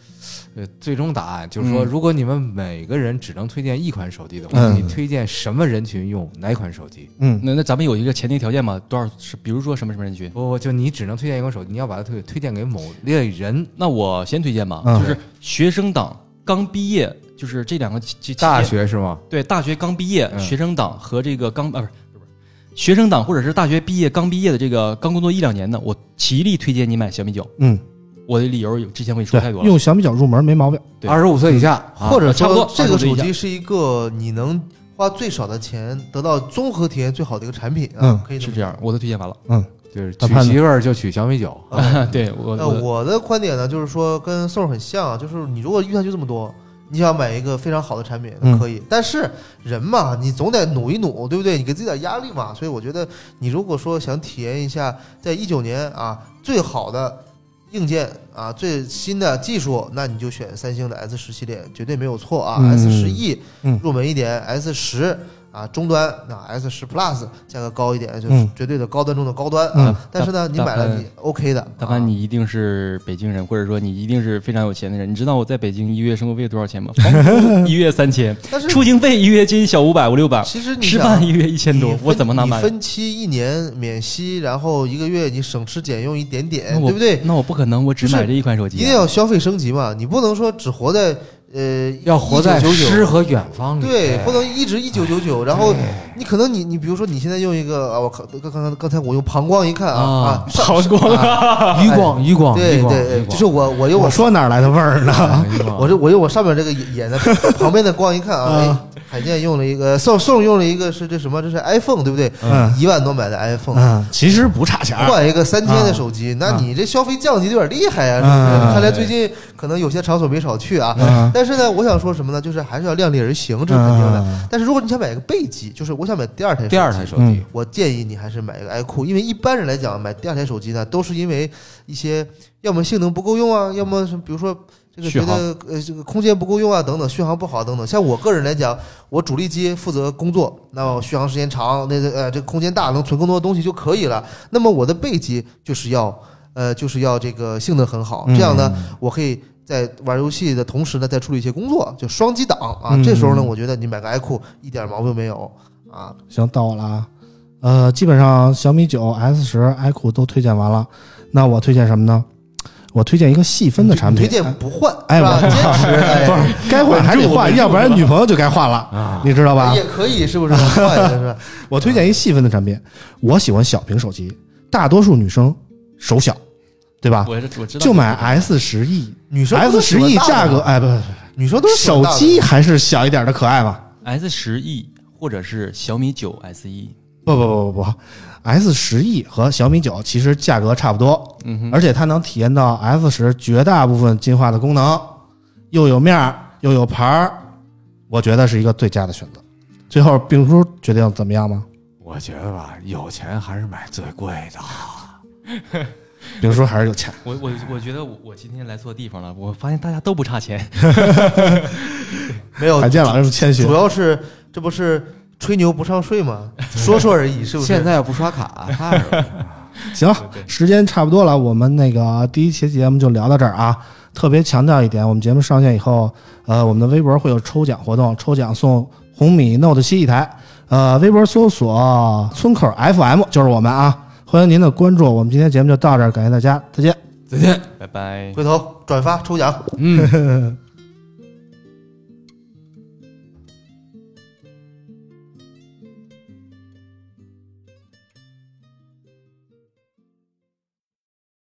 S2: 呃最终答案，就是说，
S4: 嗯
S2: 如果你们每个人只能推荐一款手机的话，
S1: 嗯
S2: 你推荐什么人群用哪款手机？
S1: 嗯，
S4: 那那咱们有一个前提条件嘛，多少是比如说什么什么人群？
S2: 不不，就你只能推荐一款手机，你要把它推推荐给某类人。
S4: 那我先推荐吧，
S1: 嗯
S4: 就是学生党刚毕业，就是这两个期期
S2: 大
S4: 间
S2: 学是吗？
S4: 对大学刚毕业
S2: 嗯
S4: 学生党和这个刚啊不是不是学生党或者是大学毕业刚毕业的这个刚工作一两年的，我极力推荐你买小米九。
S1: 嗯，
S4: 我的理由有之前我跟你说太
S1: 对
S4: 多，了。
S1: 用小米九入门没毛病。
S4: 对
S2: 二十五岁以下，啊
S3: 或者
S4: 差不多
S3: 说这个
S4: 差不
S3: 手
S4: 多
S3: 机是一个你能花最少的钱得到综合体验最好的一个产品啊
S1: 嗯，
S3: 可以
S4: 是
S3: 么
S4: 这样，我的推荐完了。 (laughs)
S2: 就是
S1: 大
S2: 娶
S1: 潘子
S2: 媳妇儿就娶小米九。
S3: 啊
S4: 对我
S3: 那
S4: 我
S3: 我的观点呢，就是说跟宋儿很像，啊就是你如果预算就这么多，你想买一个非常好的产品
S1: 嗯
S3: 可以，但是人嘛，你总得努一努，对不对？你给自己点压力嘛。所以我觉得，你如果说想体验一下，在一九年啊最好的硬件啊最新的技术，那你就选三星的 S 十系列，绝对没有错啊。
S1: 嗯
S3: S 十 E
S1: 嗯
S3: 入门一点，S 十。啊，终端那 S 十 Plus 价格高一点，就是
S1: 嗯
S3: 绝对的高端中的高端啊。
S1: 嗯
S3: 但是呢，你
S4: 大
S3: 买了
S4: 潘
S3: 你 OK 的。
S4: 大
S3: 啊
S4: 凡你一定是北京人，或者说你一定是非常有钱的人。你知道我在北京一月生活费多少钱吗？房租一月三千，
S3: 但是
S4: 出行费一月仅小五百五六百，
S3: 其实你
S4: 吃
S3: 想
S4: 饭一月一千多
S3: 啊你，分
S4: 我怎么拿
S3: 你
S4: 买？
S3: 分期一年免息，然后一个月你省吃俭用一点点
S4: 那，我
S3: 对不对？
S4: 那我不可能，我只
S3: 就是
S4: 买这一款手
S3: 一
S4: 机
S3: 定
S4: 啊。
S3: 要消费升级嘛，你不能说只活在呃
S2: 要活在
S3: 1999
S2: 诗和远方里，
S3: 对，不能一直一九九
S4: 哎
S3: 九，然后你可能你你比如说你现在用一个啊，我靠，刚刚刚才我用膀胱一看啊
S2: 啊
S3: 啊，上啊
S4: 好光啊！
S2: 余光余光
S3: 对
S2: 余光
S3: 对，
S2: 余
S3: 对就
S2: 光
S3: 是我我用
S1: 我
S3: 我
S1: 说哪儿来的味儿呢？
S2: 啊余光
S3: 我这我用我上面这个眼的旁边的光一看啊，哎，海健用了一个宋宋用了一个是这什么？这是 iPhone 对不对？
S1: 嗯
S3: 一万多买的 iPhone，
S1: (laughs) 嗯，其实不差钱儿。
S3: 换一个三千的手机，那你这消费降级有点厉害呀、是不是？
S1: 嗯
S3: 看来最近可能有些场所没少去啊。
S1: 嗯
S3: 但是呢，我想说什么呢？就是还是要量力而行，这是肯定的。但是如果你想买一个备机，就是我想买第二台手机，
S2: 第二台手
S1: 嗯
S2: 机，
S3: 我建议你还是买一个 iQOO，因为一般人来讲买第二台手机呢，都是因为一些要么性能不够用啊，要么是比如说这个
S4: 续
S3: 觉
S4: 航
S3: 得呃这个空间不够用啊等等，续航不好等等。像我个人来讲，我主力机负责工作，那么续航时间长，那个呃这个空间大，能存更多的东西就可以了。那么我的备机就是要呃就是要这个性能很好，这样呢我可以。在玩游戏的同时呢，再处理一些工作，就双机档啊
S1: 嗯。
S3: 这时候呢，我觉得你买个 iQOO 一点毛病没有啊。
S1: 行，到我了啊。呃，基本上小米九、S 十、iQOO 都推荐完了，那我推荐什么呢？我推荐一个细分的产品，
S3: 啊推荐不换，
S1: 哎
S3: 是吧？
S1: 我 (laughs)
S3: 坚持，
S1: 不
S3: 哎，
S1: 是该换还得换，要不然女朋友就该换了，你知道吧？
S3: 也可以，是
S1: (laughs)
S3: 不是？换一个是吧？
S1: 我推荐一细分的产品，我喜欢小屏手机，大多数女生手小，对吧？
S4: 我这我知道，
S1: 就买 S 十 E
S3: 女生
S1: ，S
S3: 都喜
S1: 十
S3: 欢
S1: E
S3: 大的
S1: 价格，哎，不，不
S3: 女生
S1: 不
S3: 都是喜欢
S1: 手
S3: 大的
S1: 机还是小一点的可爱嘛？
S4: S 十 E 或者是小米九 SE。
S1: 不不不不不 S 十 E 和小米九其实价格差不多，
S4: 嗯哼，
S1: 而且它能体验到 S 十绝大部分进化的功能，又有面儿又有牌儿，我觉得是一个最佳的选择。最后，病叔决定怎么样吗？
S2: 我觉得吧，有钱还是买最贵的。
S1: 病叔还是有钱。
S4: 我我我觉得我我今天来错地方了，我发现大家都不差钱，
S3: 没有
S1: 海，见老师谦虚
S3: 哦主，要是这不是吹牛不上税吗？说说而已，是不是？
S2: 现在要不刷卡，踏实了。
S1: 行，
S4: 对
S1: 时间差不多了，我们那个第一期节目就聊到这儿啊。特别强调一点，我们节目上线以后，呃，我们的微博会有抽奖活动，抽奖送红米 Note 7一台。呃，微博搜索“村口 FM” 就是我们啊，欢迎您的关注。我们今天节目就到这儿，感谢大家，再见。
S4: 拜拜。
S3: 回头转发抽奖。
S2: 嗯。